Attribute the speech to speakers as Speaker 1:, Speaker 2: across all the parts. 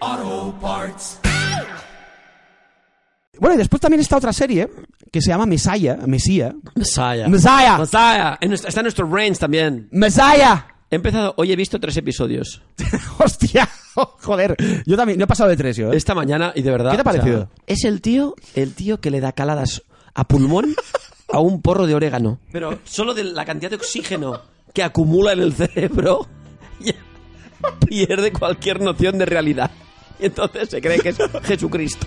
Speaker 1: Auto parts.
Speaker 2: Bueno, y después también está otra serie que se llama Mesaya. Mesía.
Speaker 3: Messiah.
Speaker 2: Messiah.
Speaker 3: Messiah. En nuestra- Está en nuestro range también.
Speaker 2: ¡Mesaya!
Speaker 3: He empezado, hoy he visto tres episodios.
Speaker 2: ¡Hostia! Joder, yo también, no he pasado de tres yo. ¿eh?
Speaker 3: Esta mañana y de verdad.
Speaker 2: ¿Qué te ha
Speaker 3: o sea,
Speaker 2: parecido?
Speaker 3: es el tío, el tío que le da caladas a pulmón a un porro de orégano. Pero solo de la cantidad de oxígeno que acumula en el cerebro, ya pierde cualquier noción de realidad. Y entonces se cree que es Jesucristo.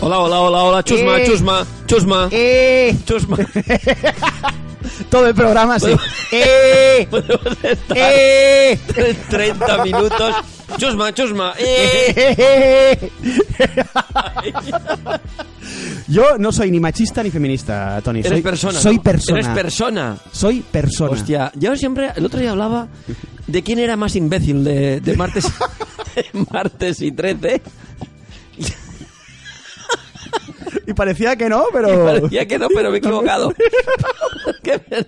Speaker 3: Hola, hola, hola, hola, chusma,
Speaker 2: Eh.
Speaker 3: chusma, chusma,
Speaker 2: ¡Eh!
Speaker 3: chusma.
Speaker 2: Todo el programa sí.
Speaker 3: Bueno.
Speaker 2: ¡Eh!
Speaker 3: Podemos estar
Speaker 2: ¡Eh!
Speaker 3: 30 minutos. Chusma, chusma. eh.
Speaker 2: Yo no soy ni machista ni feminista, Tony.
Speaker 3: Eres
Speaker 2: soy,
Speaker 3: persona.
Speaker 2: Soy
Speaker 3: ¿no?
Speaker 2: persona.
Speaker 3: Eres persona.
Speaker 2: soy persona.
Speaker 3: Hostia, yo siempre, el otro día hablaba de quién era más imbécil de, de martes, de martes y 13.
Speaker 2: Y parecía que no,
Speaker 3: Y
Speaker 2: pero.
Speaker 3: parecía que no, pero me he equivocado. Qué pena.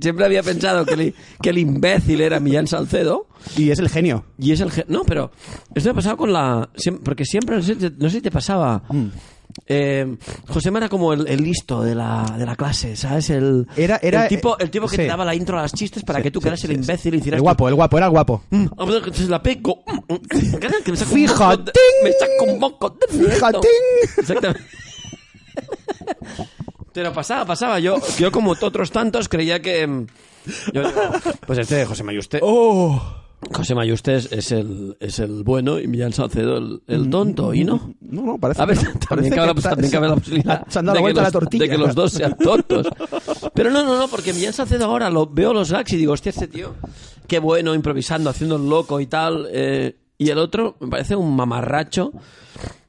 Speaker 3: siempre había pensado que el, que el imbécil era Millán Salcedo.
Speaker 2: Y es el genio.
Speaker 3: Y es el... ge- No, pero esto me ha pasado con la... siem- Porque siempre, no sé, no sé si te pasaba...
Speaker 2: Mm.
Speaker 3: Eh, Josema era como el, el listo de la, de la clase, ¿sabes? El,
Speaker 2: Era- era- eh,
Speaker 3: el tipo, el tipo que
Speaker 2: sí.
Speaker 3: te daba la intro a las chistes para que tú
Speaker 2: Sí,
Speaker 3: quedas
Speaker 2: sí,
Speaker 3: el
Speaker 2: sí.
Speaker 3: imbécil y hicieras...
Speaker 2: El guapo, el guapo, era el guapo.
Speaker 3: Mm, a ver, que se la pego. Mm, mm, que me saco un
Speaker 2: Fijatín.
Speaker 3: moco de- Me saco un moco de
Speaker 2: Fijatín.
Speaker 3: Exactamente. Pero pasaba, pasaba. Yo, yo como otros tantos, creía que... mm, yo- pues este José Mayuste...
Speaker 2: ¡Oh!
Speaker 3: José Mayustes es el, es el bueno y Millán Salcedo el, el tonto, ¿y no?
Speaker 2: No, no, parece
Speaker 3: A ver,
Speaker 2: que- parece
Speaker 3: también cabe, la,
Speaker 2: que está-
Speaker 3: también cabe la posibilidad
Speaker 2: se han dado la
Speaker 3: de, que
Speaker 2: vuelta a la
Speaker 3: los,
Speaker 2: tortilla.
Speaker 3: de que los dos sean tontos. Pero no, no, no, porque Millán Salcedo ahora lo, veo los gags y digo, hostia, este tío, qué bueno, improvisando, haciendo el loco y tal. eh, y el otro me parece un mamarracho.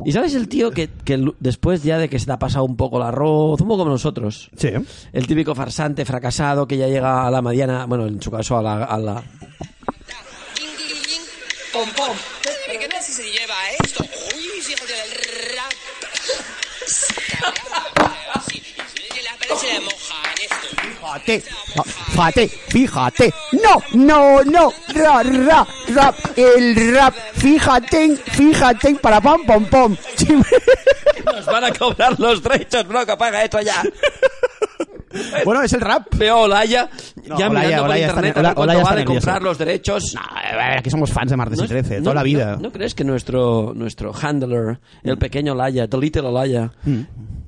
Speaker 3: ¿Y sabes el tío que, que lu- después ya de que se te ha pasado un poco el arroz, un poco como nosotros,
Speaker 2: Sí.
Speaker 3: el típico farsante fracasado que ya llega a la Madiana, bueno, en su caso a la- a la
Speaker 4: Pom pom. ¿Qué tal si se lleva esto? Uy, fíjate el rap. Sí, y las paredes se le mojan esto.
Speaker 2: Fíjate, fa- fíjate, fíjate. Ah, No, no, no. Ra, ra, rap, el rap. Fíjate, fíjate, para pam, pom, pom. Sí.
Speaker 3: Nos van a cobrar los derechos, bloco, paga esto ya.
Speaker 2: Bueno, es el rap.
Speaker 3: Veo a Olaya
Speaker 2: No,
Speaker 3: ya
Speaker 2: Olaya,
Speaker 3: mirando por
Speaker 2: Olaya está
Speaker 3: internet
Speaker 2: ne- Ola-
Speaker 3: a ver cuánto
Speaker 2: Olaya está
Speaker 3: vale
Speaker 2: nerviosa.
Speaker 3: comprar los derechos.
Speaker 2: A ver, aquí somos fans de Martes y
Speaker 3: No es-
Speaker 2: 13,
Speaker 3: no-
Speaker 2: toda la
Speaker 3: no-
Speaker 2: vida. Mm.
Speaker 3: ¿No, crees que nuestro, nuestro handler, el pequeño Olaya, the little Olaya,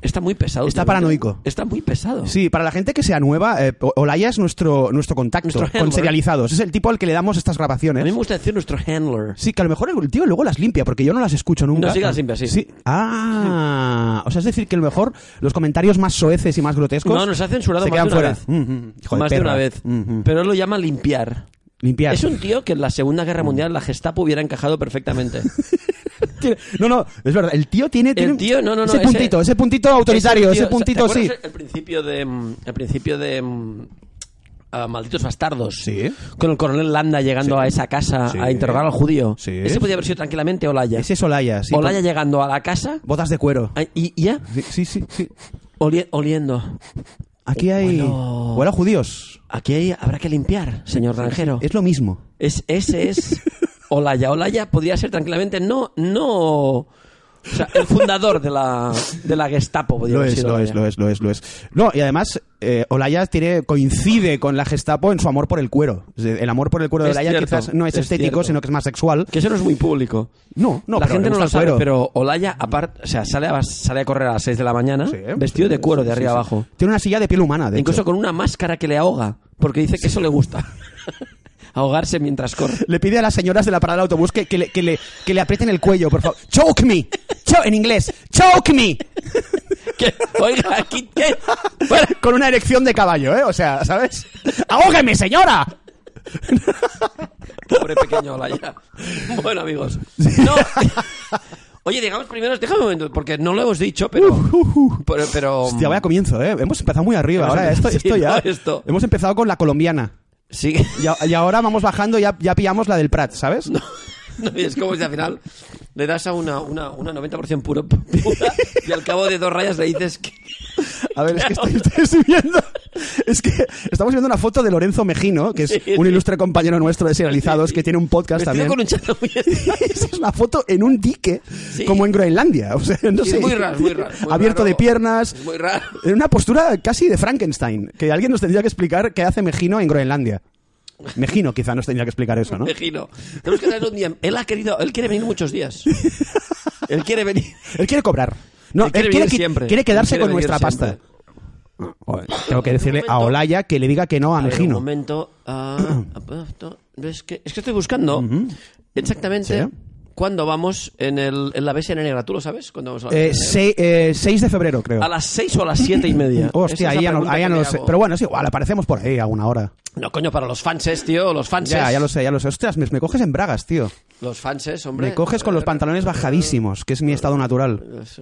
Speaker 3: está muy pesado?
Speaker 2: Está
Speaker 3: últimamente?
Speaker 2: paranoico.
Speaker 3: Está muy pesado.
Speaker 2: Sí, para la gente que sea nueva, eh, O- Olaya es nuestro, nuestro contacto
Speaker 3: Nuestro
Speaker 2: con
Speaker 3: handler.
Speaker 2: serializados. Es el tipo al que le damos estas
Speaker 3: A mí
Speaker 2: grabaciones.
Speaker 3: me gusta decir nuestro handler.
Speaker 2: Sí, que a lo mejor el tío luego las limpia, porque yo no las escucho nunca.
Speaker 3: No, sí que las limpia, sí.
Speaker 2: Ah, o sea, es decir, que a lo mejor los comentarios más soeces y más grotescos.
Speaker 3: No, nos ha censurado
Speaker 2: se
Speaker 3: más
Speaker 2: quedan
Speaker 3: de una
Speaker 2: fuera.
Speaker 3: vez.
Speaker 2: Mm, mm, hijo
Speaker 3: más de
Speaker 2: perra.
Speaker 3: una vez.
Speaker 2: Mm, mm.
Speaker 3: Pero él lo llama limpiar.
Speaker 2: Limpiar.
Speaker 3: Es un tío que en la Segunda Guerra
Speaker 2: Mm.
Speaker 3: Mundial la Gestapo hubiera encajado perfectamente.
Speaker 2: Tiene- No, no, es verdad. El tío tiene. tiene-
Speaker 3: El tío, no, no, no.
Speaker 2: Ese, puntito, ese puntito autoritario, ese,
Speaker 3: tío,
Speaker 2: puntito
Speaker 3: ¿te
Speaker 2: sí.
Speaker 3: acuerdas El principio de. mm, El principio de. mm, ah, malditos bastardos.
Speaker 2: Sí.
Speaker 3: Con el coronel Landa llegando
Speaker 2: Sí.
Speaker 3: a esa casa
Speaker 2: Sí.
Speaker 3: a interrogar al judío.
Speaker 2: Sí.
Speaker 3: Ese podía haber sido tranquilamente Olaya.
Speaker 2: Ese es Olaya, sí.
Speaker 3: Olaya
Speaker 2: con-
Speaker 3: llegando a la casa
Speaker 2: Botas de cuero.
Speaker 3: ah, y y ya
Speaker 2: Sí, sí, sí. sí.
Speaker 3: oli- oliendo.
Speaker 2: Aquí hay.
Speaker 3: Bueno.
Speaker 2: Huele a judíos.
Speaker 3: Aquí hay- habrá que limpiar, señor Ranjero.
Speaker 2: Es lo mismo.
Speaker 3: Es, ese es Olaya. Olaya podría ser tranquilamente no. no o sea, el fundador de la, de la Gestapo. podría
Speaker 2: Lo
Speaker 3: haber
Speaker 2: es,
Speaker 3: sido
Speaker 2: lo es,
Speaker 3: Olaya.
Speaker 2: lo es, lo es, lo es. No, y además, eh, Olaya tiene, coincide con la Gestapo en su amor por el cuero. Es decir, El amor por el cuero de
Speaker 3: Es
Speaker 2: Olaya
Speaker 3: cierto,
Speaker 2: quizás no es,
Speaker 3: es
Speaker 2: estético,
Speaker 3: cierto.
Speaker 2: sino que es más sexual.
Speaker 3: Que eso no es muy público.
Speaker 2: No, no,
Speaker 3: la
Speaker 2: pero
Speaker 3: gente
Speaker 2: le gusta
Speaker 3: no lo
Speaker 2: el
Speaker 3: sabe,
Speaker 2: cuero.
Speaker 3: pero Olaya, aparte, o sea, sale a, sale a correr a las 6 de la mañana,
Speaker 2: Sí, ¿eh?
Speaker 3: vestido de cuero
Speaker 2: Sí,
Speaker 3: de
Speaker 2: sí,
Speaker 3: arriba
Speaker 2: sí.
Speaker 3: abajo.
Speaker 2: Tiene una silla de piel humana, de
Speaker 3: Incluso
Speaker 2: hecho.
Speaker 3: con una máscara que le ahoga, porque dice que eso le gusta. ahogarse mientras corre.
Speaker 2: Le pide a las señoras de la parada del autobús que, que le, que, le, que le aprieten el cuello, por favor. Choke me. Cho- en inglés. Choke me.
Speaker 3: ¿Qué? Oiga, aquí qué.
Speaker 2: Bueno, con una erección de caballo, ¿eh? O sea, ¿sabes? ¡Ahógeme, señora!
Speaker 3: Pobre pequeñola ya. Bueno, amigos. No. Oye, digamos primero, déjame un momento, porque no lo hemos dicho, pero. Pero. pero-
Speaker 2: Hostia, vaya comienzo, ¿eh? Hemos empezado muy arriba.
Speaker 3: Hemos
Speaker 2: Ahora, ¿eh? esto,
Speaker 3: empezado-
Speaker 2: esto ya.
Speaker 3: sí, no, esto.
Speaker 2: Hemos empezado con la colombiana.
Speaker 3: Sigue.
Speaker 2: Y, a- y ahora vamos bajando, ya, ya pillamos la del Prat, ¿sabes?
Speaker 3: No, y es como si al final le das a una, una, una 90% puro, pura y al cabo de dos rayas le dices que.
Speaker 2: A ver, es que estoy, estoy viendo. Es que estamos viendo una foto de Lorenzo Mejino, que es
Speaker 3: Sí,
Speaker 2: un
Speaker 3: sí.
Speaker 2: ilustre compañero nuestro de Serializados, que tiene un podcast también.
Speaker 3: Vestido con un chato muy
Speaker 2: Esa es una foto en un dique,
Speaker 3: Sí.
Speaker 2: como en Groenlandia. O sea, no
Speaker 3: Sí,
Speaker 2: sé.
Speaker 3: muy raro, muy raro, muy
Speaker 2: Abierto
Speaker 3: raro.
Speaker 2: de piernas.
Speaker 3: Es muy raro.
Speaker 2: En una postura casi de Frankenstein. Que alguien nos tendría que explicar qué hace Mejino en Groenlandia. Mejino quizá nos tendría que explicar eso, ¿no?
Speaker 3: Mejino. Tenemos que traer un día. Él ha querido. Él quiere venir muchos días. Él quiere venir.
Speaker 2: Él quiere cobrar. No,
Speaker 3: Él quiere
Speaker 2: él quiere,
Speaker 3: venir
Speaker 2: qui-
Speaker 3: siempre.
Speaker 2: quiere quedarse
Speaker 3: Él
Speaker 2: con
Speaker 3: quiere
Speaker 2: nuestra
Speaker 3: venir
Speaker 2: pasta.
Speaker 3: siempre.
Speaker 2: Joder, tengo que decirle a
Speaker 3: momento.
Speaker 2: Olaya que le diga que no a,
Speaker 3: A ver, un
Speaker 2: Mejino.
Speaker 3: momento. ah, apunto. es, que, es que estoy buscando exactamente
Speaker 2: Sí.
Speaker 3: cuándo vamos en, el, en la BSN negra. ¿Tú lo sabes? ¿Cuándo vamos a la
Speaker 2: Eh,
Speaker 3: BSN?
Speaker 2: sei- eh, 6 de febrero, creo.
Speaker 3: ¿A las 6 o a las 7 y media?
Speaker 2: Hostia,
Speaker 3: Esa es la
Speaker 2: ahí ya no,
Speaker 3: pregunta
Speaker 2: ahí ya
Speaker 3: que
Speaker 2: no
Speaker 3: me
Speaker 2: lo sé.
Speaker 3: hago.
Speaker 2: Pero bueno, es igual, aparecemos por ahí a una hora.
Speaker 3: No, coño, para los fanses, tío. Los fanses.
Speaker 2: Ya, ya lo sé, ya lo sé. Ostras, me, me coges en bragas, tío.
Speaker 3: Los fanses, hombre.
Speaker 2: Me coges con los pantalones bajadísimos, que es mi estado natural.
Speaker 3: Es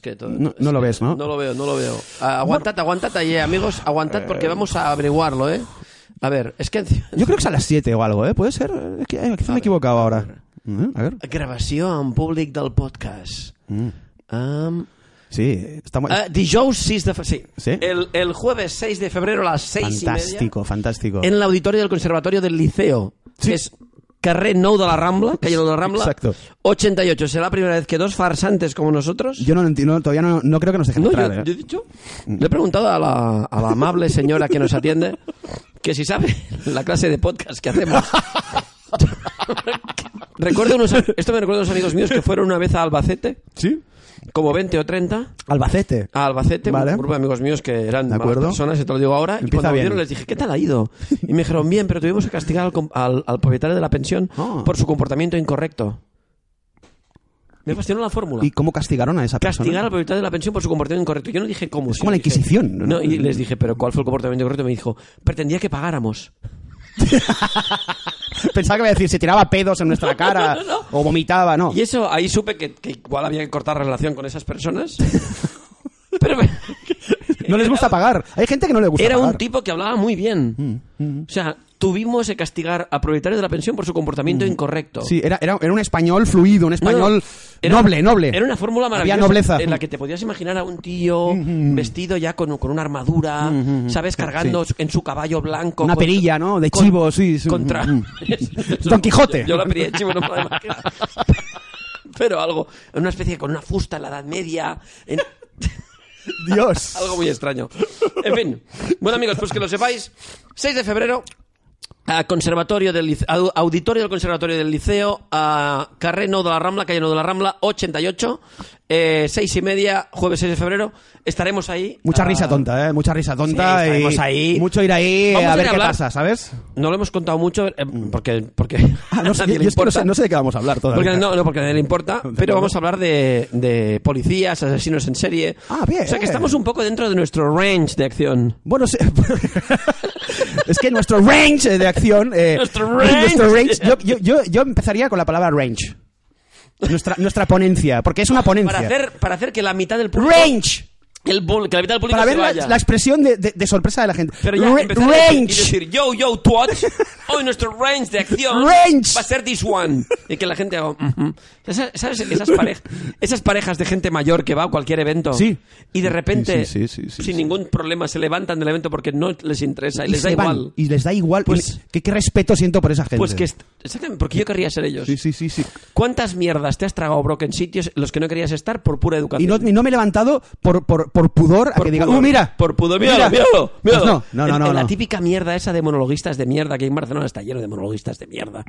Speaker 3: que todo-
Speaker 2: No-
Speaker 3: es
Speaker 2: no lo
Speaker 3: que
Speaker 2: ves, ¿no?
Speaker 3: No lo veo, no lo veo. Ah, aguantad, aguantad ahí, eh, amigos. Aguantad porque vamos a averiguarlo, ¿eh? A ver, es que... encima-
Speaker 2: Eh. Yo creo que es a las 7 o algo, ¿eh? ¿Puede ser? Es que, eh, quizá me he equivocado ahora. ¿Eh? A ver.
Speaker 3: Gravación públic del podcast.
Speaker 2: Mm.
Speaker 3: Am-
Speaker 2: Sí, estamos...
Speaker 3: Ah, dijous 6 de fe- sí.
Speaker 2: Sí.
Speaker 3: El, el jueves 6 de febrero a las 6
Speaker 2: Fantástico,
Speaker 3: y
Speaker 2: fantástico.
Speaker 3: media en el auditorio del Conservatorio del Liceo,
Speaker 2: Sí.
Speaker 3: que es carrer 9 de la Rambla, calle 9 de la Rambla,
Speaker 2: Exacto.
Speaker 3: 88. Será la primera vez que dos farsantes como nosotros...
Speaker 2: Yo no, lo entiendo, todavía no, no creo que nos dejen
Speaker 3: No,
Speaker 2: entrar,
Speaker 3: yo,
Speaker 2: ¿eh?
Speaker 3: yo he dicho. Le he preguntado a la, a la amable señora que nos atiende que si sabe la clase de podcast que hacemos. recuerdo unos, esto me recuerda a unos amigos míos que fueron una vez a Albacete,
Speaker 2: ¿Sí?
Speaker 3: como 20 o 30.
Speaker 2: Albacete.
Speaker 3: A Albacete,
Speaker 2: Vale.
Speaker 3: un grupo de amigos míos que eran
Speaker 2: De
Speaker 3: malas
Speaker 2: acuerdo.
Speaker 3: personas, y te lo digo ahora. y
Speaker 2: Empieza
Speaker 3: cuando
Speaker 2: bien.
Speaker 3: volvieron les dije, ¿qué tal ha ido? Y me dijeron, bien, pero tuvimos que castigar al, com- al- al propietario de la pensión
Speaker 2: Ah.
Speaker 3: por su comportamiento incorrecto. Me fascinó la fórmula
Speaker 2: ¿Y cómo castigaron a esa persona?
Speaker 3: castigar al propietario de la pensión por su comportamiento incorrecto. Yo no dije cómo. sino
Speaker 2: como la
Speaker 3: dije-
Speaker 2: Inquisición, ¿no?
Speaker 3: No, y les dije, pero ¿cuál fue el comportamiento incorrecto? Me dijo, pretendía que pagáramos.
Speaker 2: Pensaba que iba a decir, se tiraba pedos en nuestra cara
Speaker 3: no, no.
Speaker 2: o vomitaba, ¿no?
Speaker 3: Y eso, ahí supe que, que igual había que cortar relación con esas personas. pero me-
Speaker 2: No les gusta pagar. Hay gente que no le gusta
Speaker 3: era
Speaker 2: pagar. Mm,
Speaker 3: un tipo que hablaba muy bien. O sea, tuvimos que castigar al propietario de la pensión por su comportamiento incorrecto.
Speaker 2: Mm. Sí, era, era, era un español fluido, un
Speaker 3: No, no,
Speaker 2: español
Speaker 3: era-
Speaker 2: noble, noble.
Speaker 3: Era una fórmula maravillosa.
Speaker 2: Había nobleza. Mm,
Speaker 3: En la que te podías imaginar a un tío vestido ya con, con una armadura, ¿sabes? Cargando en su caballo blanco.
Speaker 2: Una
Speaker 3: con-
Speaker 2: perilla, ¿no? De
Speaker 3: con-
Speaker 2: chivo, sí, sí.
Speaker 3: Contra.
Speaker 2: Mm. Don Quijote.
Speaker 3: Yo, yo la perilla de chivo no me la imagino. Pero algo. Una especie con una fusta en la Edad Media. en-
Speaker 2: mm. Dios.
Speaker 3: algo muy extraño. En fin. Bueno, amigos, pues que lo sepáis. 6 de febrero. A conservatorio del Lice- au- auditorio del conservatorio del liceo a carrer Nou de la Rambla calle Nou de la Rambla 88 eh, seis y media jueves 6 de febrero estaremos ahí
Speaker 2: Mucha
Speaker 3: Ah,
Speaker 2: risa tonta, ¿eh? Mucha risa tonta.
Speaker 3: Sí, estaremos
Speaker 2: y
Speaker 3: ahí.
Speaker 2: Mucho ir ahí eh,
Speaker 3: Vamos
Speaker 2: a
Speaker 3: a ir
Speaker 2: ver
Speaker 3: a
Speaker 2: qué
Speaker 3: hablar.
Speaker 2: pasa, ¿sabes?
Speaker 3: no lo hemos contado mucho eh, porque porque
Speaker 2: Ah, no,
Speaker 3: a
Speaker 2: sé,
Speaker 3: nadie
Speaker 2: yo-
Speaker 3: le
Speaker 2: yo es que no,
Speaker 3: importa.
Speaker 2: sé, no sé de qué vamos a hablar todavía.
Speaker 3: Porque, no, no, porque a nadie le importa. Pero vamos a hablar de, de policías, asesinos en serie.
Speaker 2: Ah, bien.
Speaker 3: O sea que estamos un poco dentro de nuestro range de acción.
Speaker 2: Bueno, sí. es que nuestro range de acción. eh,
Speaker 3: Nuestro range.
Speaker 2: nuestro range- yo, yo- yo- yo empezaría con la palabra range. Nuestra, nuestra ponencia, porque es una ponencia.
Speaker 3: Para hacer, para hacer que la mitad del público.
Speaker 2: range.
Speaker 3: El, bul- que la mitad del público
Speaker 2: Para
Speaker 3: se
Speaker 2: ver la,
Speaker 3: vaya.
Speaker 2: la expresión de, de- de sorpresa de la gente.
Speaker 3: Pero ya
Speaker 2: Ra-
Speaker 3: empezar a decir- y
Speaker 2: range.
Speaker 3: decir, yo, yo, twat. Hoy nuestro range de acción
Speaker 2: Range.
Speaker 3: va a ser this one. Y que la gente haga... "Mhm". Esa- ¿Sabes? Esas, parej- esas parejas de gente mayor que va a cualquier evento
Speaker 2: Sí.
Speaker 3: y de repente,
Speaker 2: Sí, sí, sí, sí,
Speaker 3: sin ningún problema, se levantan del evento porque no les interesa y, les da
Speaker 2: se van,
Speaker 3: igual.
Speaker 2: Y les da igual.
Speaker 3: Pues-
Speaker 2: Y le- ¿qué, qué respeto siento por esa gente.
Speaker 3: Pues que... est- Exactamente, porque yo querría ser ellos.
Speaker 2: Sí, sí, sí, sí.
Speaker 3: ¿Cuántas mierdas te has tragado, Brock, en sitios en los que no querías estar por pura educación?
Speaker 2: Y no, y no me he levantado por, por, por pudor a
Speaker 3: Por
Speaker 2: que digan,
Speaker 3: pudor,
Speaker 2: ¡uh, mira!
Speaker 3: Por pudor, míralo, míralo,
Speaker 2: Pues
Speaker 3: míralo.
Speaker 2: no, no, no,
Speaker 3: En-
Speaker 2: no, no.
Speaker 3: en La típica mierda esa de monologuistas de mierda que hay en teléfono ahora está lleno de monologuistas de mierda.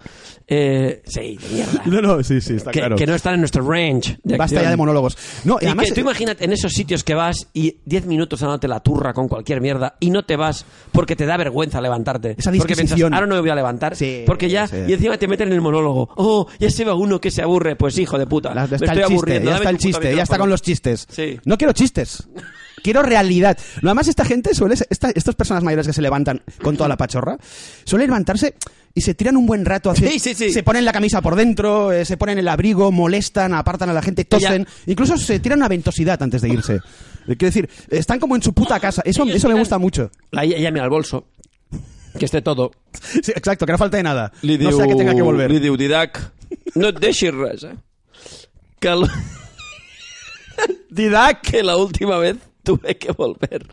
Speaker 3: Eh, sí, de mierda.
Speaker 5: No, no, sí, sí, está
Speaker 3: que,
Speaker 5: claro.
Speaker 3: que no están en nuestro range. De
Speaker 2: Basta
Speaker 3: acción.
Speaker 2: ya de monólogos. No, y
Speaker 3: Y
Speaker 2: además,
Speaker 3: que tú imagínate en esos sitios que vas y 10 minutos dándote la turra con cualquier mierda y no te vas porque te da vergüenza levantarte.
Speaker 2: Esa
Speaker 3: porque piensas,
Speaker 2: disquisición.
Speaker 3: ahora no me voy a levantar.
Speaker 2: Sí,
Speaker 3: porque ya,
Speaker 5: sí.
Speaker 3: y encima te meten en el monólogo. Oh, ya se va uno que se aburre. Pues hijo de puta.
Speaker 2: la-
Speaker 3: me
Speaker 2: está
Speaker 3: estoy
Speaker 2: el chiste,
Speaker 3: aburriendo.
Speaker 2: ya
Speaker 3: dame
Speaker 2: está el
Speaker 3: tu puto
Speaker 2: chiste, ya está
Speaker 3: micrófono.
Speaker 2: con los chistes.
Speaker 3: Sí.
Speaker 2: No quiero chistes. Quiero realidad. Lo Además, esta gente suele ser- esta- estas personas mayores que se levantan con toda la pachorra, suelen levantarse y se tiran un buen rato. hacia-
Speaker 3: Sí, sí, sí.
Speaker 2: Se ponen la camisa por dentro, eh, se ponen el abrigo, molestan, apartan a la gente, tosen. Incluso se tiran una ventosidad antes de irse. Eh, Quiero decir, están como en su puta casa. Eso,
Speaker 3: Ellos
Speaker 2: eso me
Speaker 3: tiran-
Speaker 2: gusta mucho.
Speaker 3: La- ella mira al bolso. Que esté todo.
Speaker 2: Sí, exacto, que no falte de nada.
Speaker 3: Li
Speaker 2: no sea que
Speaker 3: diu-
Speaker 2: tenga que volver.
Speaker 3: Li diu Didac, no et deixis res, eh? Que la,
Speaker 2: Didac,
Speaker 3: que la última vez tuve que volver.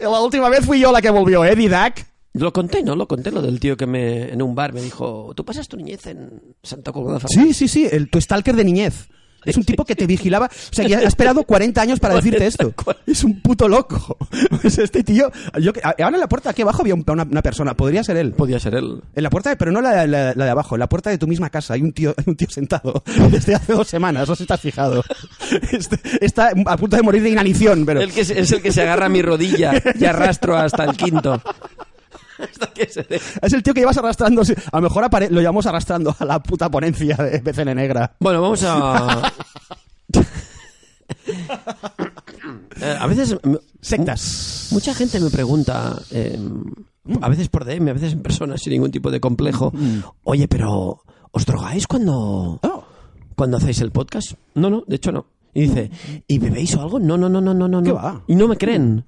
Speaker 2: la última vez fui yo la que volvió, ¿eh, Didac?
Speaker 3: Lo conté, ¿no? Lo conté, lo del tío que me, en un bar me dijo, ¿tú pasas tu niñez en Santa Coloma de Farfán?".
Speaker 2: Sí, sí, sí, el, tu stalker de niñez. Es un tipo que te vigilaba. O sea, que ha esperado 40 años para decirte esto.
Speaker 3: 40.
Speaker 2: Es un puto loco. Pues este tío. Yo, que- ahora en la puerta aquí abajo había un- una, una persona. Podría ser él.
Speaker 3: Podía ser él.
Speaker 2: En la puerta, de- pero no la, la- la de abajo, en la puerta de tu misma casa. Hay un tío, hay un tío sentado desde hace dos semanas. No sé si te has fijado. Este- está a punto de morir de inanición, pero.
Speaker 3: El que se- es el que se agarra a mi rodilla y arrastro hasta el quinto. Hasta que se deja.
Speaker 2: Es el tío que llevas arrastrando. sí. A lo mejor apare- lo llevamos arrastrando a la puta ponencia de BCN Negra.
Speaker 3: Bueno, vamos a... Eh, a veces... me-
Speaker 2: Sectas.
Speaker 3: Mucha gente me pregunta, eh,
Speaker 2: Mm.
Speaker 3: a veces por DM, a veces en persona, sin ningún tipo de complejo, oye, pero ¿os drogáis cuando,
Speaker 2: ¿Ah?
Speaker 3: cuando hacéis el podcast? No, no, de hecho no. Y dice, ¿y bebéis o algo? No, no, no, no, no, no.
Speaker 2: Mm. ¿Qué
Speaker 3: no.
Speaker 2: va?
Speaker 3: Y no me creen.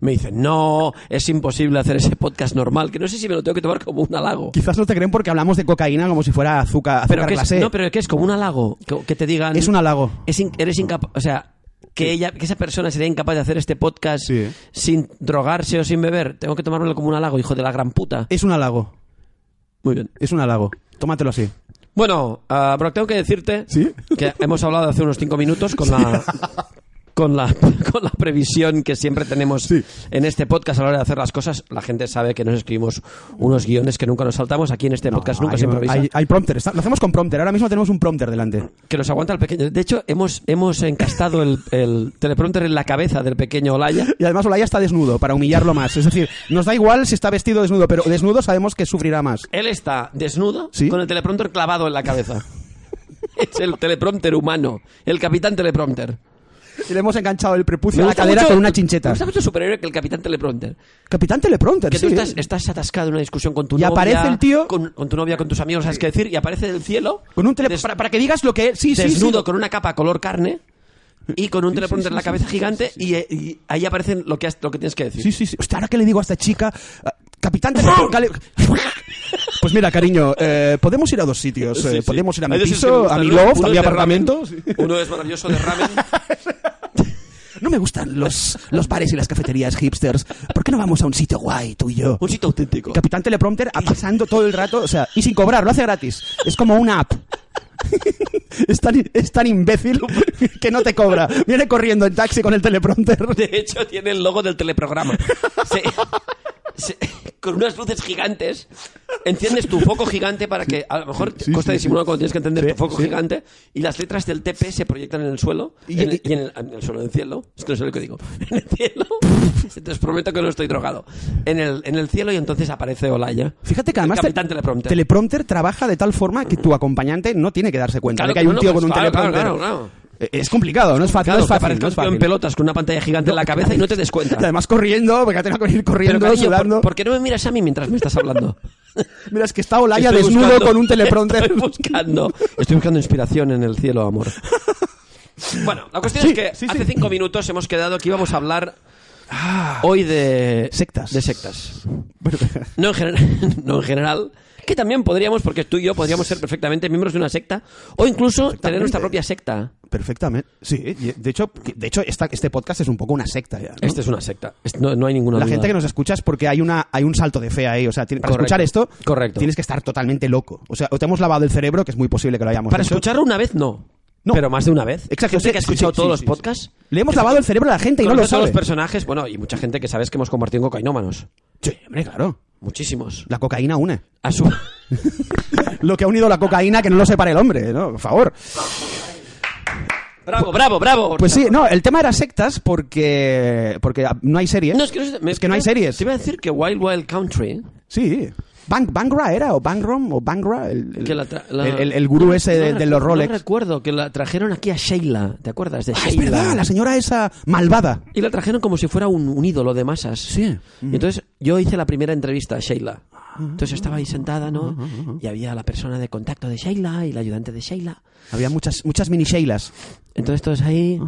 Speaker 3: Me dicen, no, es imposible hacer ese podcast normal, que no sé si me lo tengo que tomar como un halago.
Speaker 2: Quizás no te creen porque hablamos de cocaína como si fuera azúcar, azúcar
Speaker 3: Pero que es,
Speaker 2: glasé.
Speaker 3: no, pero que es como un halago, que, que te digan...
Speaker 2: Es un halago.
Speaker 3: es in- eres incapaz, o sea, que ella, que esa persona sería incapaz de hacer este podcast
Speaker 2: Sí.
Speaker 3: sin drogarse o sin beber, tengo que tomármelo como un halago, hijo de la gran puta.
Speaker 2: Es un halago.
Speaker 3: Muy bien.
Speaker 2: Es un halago. Tómatelo así.
Speaker 3: Bueno, ah, Brock, tengo que decirte
Speaker 2: ¿Sí?
Speaker 3: que hemos hablado hace unos cinco minutos con la con la con la previsión que siempre tenemos
Speaker 5: Sí.
Speaker 3: en este podcast a la hora de hacer las cosas. La gente sabe que nos escribimos unos guiones que nunca nos saltamos. Aquí en este podcast nunca
Speaker 2: hay,
Speaker 3: se improvisa.
Speaker 2: hay- hay prompter. Está- lo hacemos con prompter. Ahora mismo tenemos un prompter delante.
Speaker 3: Que nos aguanta el pequeño. De hecho, hemos, hemos encastado el, el teleprompter en la cabeza del pequeño Olaya.
Speaker 2: Y además Olaya está desnudo para humillarlo más. Es decir, nos da igual si está vestido desnudo, pero desnudo sabemos que sufrirá más.
Speaker 3: Él está desnudo
Speaker 2: Sí.
Speaker 3: con el teleprompter clavado en la cabeza. es el teleprompter humano, el capitán teleprompter.
Speaker 2: Y le hemos enganchado el prepucio a
Speaker 3: Me
Speaker 2: la
Speaker 3: gusta
Speaker 2: cadera
Speaker 3: mucho-
Speaker 2: con una
Speaker 3: Me
Speaker 2: chincheta.
Speaker 3: gusta mucho superior que el capitán teleprompter.
Speaker 2: Capitán teleprompter,
Speaker 3: Que
Speaker 2: sí. ¿eh?
Speaker 3: tú estás, estás atascado en una discusión con tu
Speaker 2: Y
Speaker 3: novia.
Speaker 2: aparece el tío-
Speaker 3: Con, con tu novia, con tus amigos, ¿sabes qué decir? Y aparece del cielo.
Speaker 2: Con un tele-
Speaker 3: des-
Speaker 2: para, para que digas lo que... Sí, sí,
Speaker 3: desnudo
Speaker 2: sí.
Speaker 3: con una capa color carne. Y con un teleprompter en la cabeza gigante. y- Y, ahí aparece lo que, has- lo que tienes que decir.
Speaker 2: Sí, sí, sí. Hostia, ahora que le digo a esta chica. ah, Capitán Teleprompter. Pues mira, cariño, eh, podemos ir a dos sitios. eh,
Speaker 3: Sí, sí.
Speaker 2: podemos ir a mi
Speaker 3: Hay de esos que me
Speaker 2: piso, a
Speaker 3: gustan.
Speaker 2: mi
Speaker 3: Uno-
Speaker 2: loft,
Speaker 3: uno
Speaker 2: a mi
Speaker 3: es de
Speaker 2: apartamento.
Speaker 3: ramen, Uno es maravilloso de ramen.
Speaker 2: No me gustan los, los bares y las cafeterías hipsters. ¿Por qué no vamos a un sitio guay, tú y yo?
Speaker 3: Un sitio auténtico.
Speaker 2: Capitán Teleprompter pasando todo el rato, o sea, y sin cobrar, lo hace gratis. Es como una app. Es tan, es tan imbécil que no te cobra. Viene corriendo en taxi con el teleprompter.
Speaker 3: De hecho, tiene el logo del teleprograma. Se- se- con unas luces gigantes, enciendes tu foco gigante para que, a lo mejor,
Speaker 5: Sí, sí,
Speaker 3: cuesta
Speaker 5: sí,
Speaker 3: disimular cuando tienes que entender
Speaker 5: Sí,
Speaker 3: tu foco
Speaker 5: sí.
Speaker 3: gigante, y las letras del TP se proyectan en el suelo,
Speaker 2: Y-
Speaker 3: en,
Speaker 2: y-
Speaker 3: y en el, en el suelo, en el cielo, es que no sé lo que digo, en el cielo, entonces prometo que no estoy drogado, en el, en el cielo y entonces aparece Olaya.
Speaker 2: Fíjate que
Speaker 3: El
Speaker 2: además
Speaker 3: capitán
Speaker 2: te-
Speaker 3: teleprompter.
Speaker 2: trabaja de tal forma que tu acompañante no tiene que darse cuenta
Speaker 3: Claro
Speaker 2: de que
Speaker 3: que
Speaker 2: hay un
Speaker 3: no,
Speaker 2: tío
Speaker 3: pues,
Speaker 2: con un
Speaker 3: claro,
Speaker 2: teleprompter.
Speaker 3: claro, claro,
Speaker 2: Eh, Es complicado, no es fácil.
Speaker 3: Claro,
Speaker 2: no es
Speaker 3: te
Speaker 2: fácil,
Speaker 3: aparece
Speaker 2: no
Speaker 3: un
Speaker 2: es
Speaker 3: tío en
Speaker 2: fácil.
Speaker 3: pelotas con una pantalla gigante en la cabeza y no te des cuenta.
Speaker 2: Y Además corriendo, porque ha tenido que ir corriendo,
Speaker 3: Pero cariño, ¿por-
Speaker 2: sudando.
Speaker 3: ¿por qué no me miras a mí mientras me estás hablando?
Speaker 2: Mira, es que está Olaya
Speaker 3: Estoy
Speaker 2: desnudo
Speaker 3: buscando-
Speaker 2: con un teleprompter.
Speaker 3: Estoy buscando, estoy buscando inspiración en el cielo, amor. Bueno, la cuestión
Speaker 2: Sí,
Speaker 3: es que
Speaker 2: sí,
Speaker 3: hace
Speaker 2: sí.
Speaker 3: cinco minutos hemos quedado que íbamos a hablar hoy de
Speaker 2: Ah. Sectas.
Speaker 3: De sectas. No en, general, no en general. Que también podríamos, porque tú y yo podríamos ser perfectamente miembros de una secta o incluso tener nuestra propia secta.
Speaker 2: Perfectamente. Sí, y- de hecho, de hecho esta- este podcast es un poco una secta ya. ¿no?
Speaker 3: Esta Este es una secta. Es- No, no hay ninguna
Speaker 2: La
Speaker 3: duda.
Speaker 2: gente que nos escucha es porque hay, una, hay un salto de fe ahí. O sea, tiene- para
Speaker 3: Correcto,
Speaker 2: escuchar esto,
Speaker 3: correcto.
Speaker 2: tienes que estar totalmente loco. O sea, o te hemos lavado el cerebro, que es muy posible que lo hayamos
Speaker 3: Para
Speaker 2: hecho.
Speaker 3: escucharlo una vez, no.
Speaker 2: No.
Speaker 3: Pero más de una vez.
Speaker 2: Exacto,
Speaker 3: Gente
Speaker 2: sí,
Speaker 3: que ha
Speaker 2: sí,
Speaker 3: escuchado
Speaker 2: sí,
Speaker 3: todos
Speaker 2: sí,
Speaker 3: los
Speaker 2: sí, sí.
Speaker 3: podcasts.
Speaker 2: Le hemos lavado el cerebro a la gente y no lo
Speaker 3: Conoce a todos
Speaker 2: sabe.
Speaker 3: los personajes, bueno, y mucha gente que sabes que hemos convertido en cocainómanos.
Speaker 2: Sí, hombre, claro.
Speaker 3: Muchísimos.
Speaker 2: La cocaína une.
Speaker 3: A su-
Speaker 2: Lo que ha unido la cocaína, que no lo separe el hombre, ¿no? Por favor.
Speaker 3: Bravo, bravo, bravo.
Speaker 2: Pues sí, no, el tema era sectas porque, porque no hay series.
Speaker 3: No, es que no, es- me-
Speaker 2: ¿eh? que no hay series.
Speaker 3: Te iba a decir que Wild Wild Country,
Speaker 2: Sí. Bang, Bangra era, o Bangrom, o Bangra, el, el-
Speaker 3: que la tra- la-
Speaker 2: el- el- el gurú ese de,
Speaker 3: No
Speaker 2: de
Speaker 3: recu-
Speaker 2: los Rolex.
Speaker 3: No recuerdo, que la trajeron aquí a Sheila. ¿Te acuerdas de
Speaker 2: Ah, es
Speaker 3: Sheila?
Speaker 2: verdad, la señora esa malvada.
Speaker 3: Y la trajeron como si fuera un, un ídolo de masas. Sí. Y entonces yo hice la primera entrevista a Sheila. Entonces estaba ahí sentada,
Speaker 2: Ah,
Speaker 3: ¿no? Y había la persona de contacto de Sheila y la ayudante de Sheila.
Speaker 2: Había muchas, muchas mini Sheilas.
Speaker 3: Entonces todos ahí.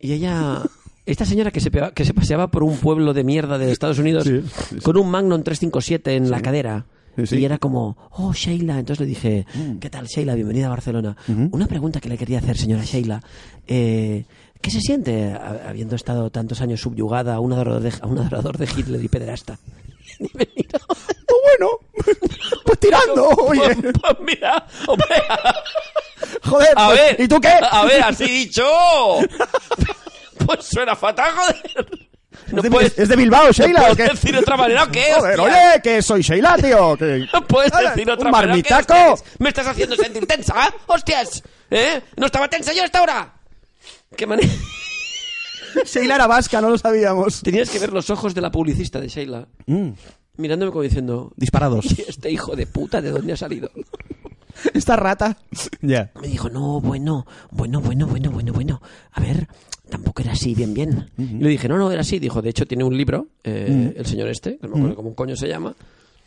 Speaker 3: Y ella. Esta señora que se, pea- que se paseaba por un pueblo de mierda de Estados Unidos
Speaker 2: Sí, sí, sí.
Speaker 3: con un Magnum 357 en la cadera.
Speaker 2: Sí, Mm. sí.
Speaker 3: Y era como, oh, Sheila. Entonces le dije, ¿qué tal, Sheila? Bienvenida a Barcelona. Una pregunta que le quería hacer, señora Sheila. Eh, ¿Qué se siente ha- habiendo estado tantos años subyugada a un adorador de, a un adorador de Hitler y pederasta? Y me miró.
Speaker 2: Oh, bueno, pues tirando, oye.
Speaker 3: Pues- pues mira, hombre,
Speaker 2: Joder,
Speaker 3: A
Speaker 2: pues,
Speaker 3: ver.
Speaker 2: ¿y tú qué?
Speaker 3: A ver, así dicho. pues suena fatal, joder. No
Speaker 2: ¿Es, de,
Speaker 3: puedes,
Speaker 2: es de Bilbao, Sheila?
Speaker 3: no
Speaker 2: ¿o qué?
Speaker 3: puedes decir de otra manera ¿o qué.
Speaker 2: Joder,
Speaker 3: Hostia?
Speaker 2: oye, que soy Sheila, tío. que-
Speaker 3: No puedes
Speaker 2: Oye,
Speaker 3: decir de otra
Speaker 2: un
Speaker 3: manera ¿o qué,
Speaker 2: marmitaco.
Speaker 3: hostias? Me estás haciendo sentir tensa, ¿eh? Hostias. ¿Eh? No estaba tensa yo hasta ahora. Qué manera.
Speaker 2: Sheila era vasca, no lo sabíamos.
Speaker 3: Tenías que ver los ojos de la publicista de Sheila.
Speaker 2: Mm.
Speaker 3: Mirándome como diciendo.
Speaker 2: Disparados.
Speaker 3: "¿Y este hijo de puta de dónde ha salido?
Speaker 2: Esta rata. Ya.
Speaker 3: Me dijo, no, bueno, bueno, bueno, bueno, bueno, bueno. A ver, tampoco era así, bien, bien. Y le dije, no, no, era así. Dijo, de hecho, tiene un libro, eh, el señor este, que no me acuerdo cómo un coño se llama.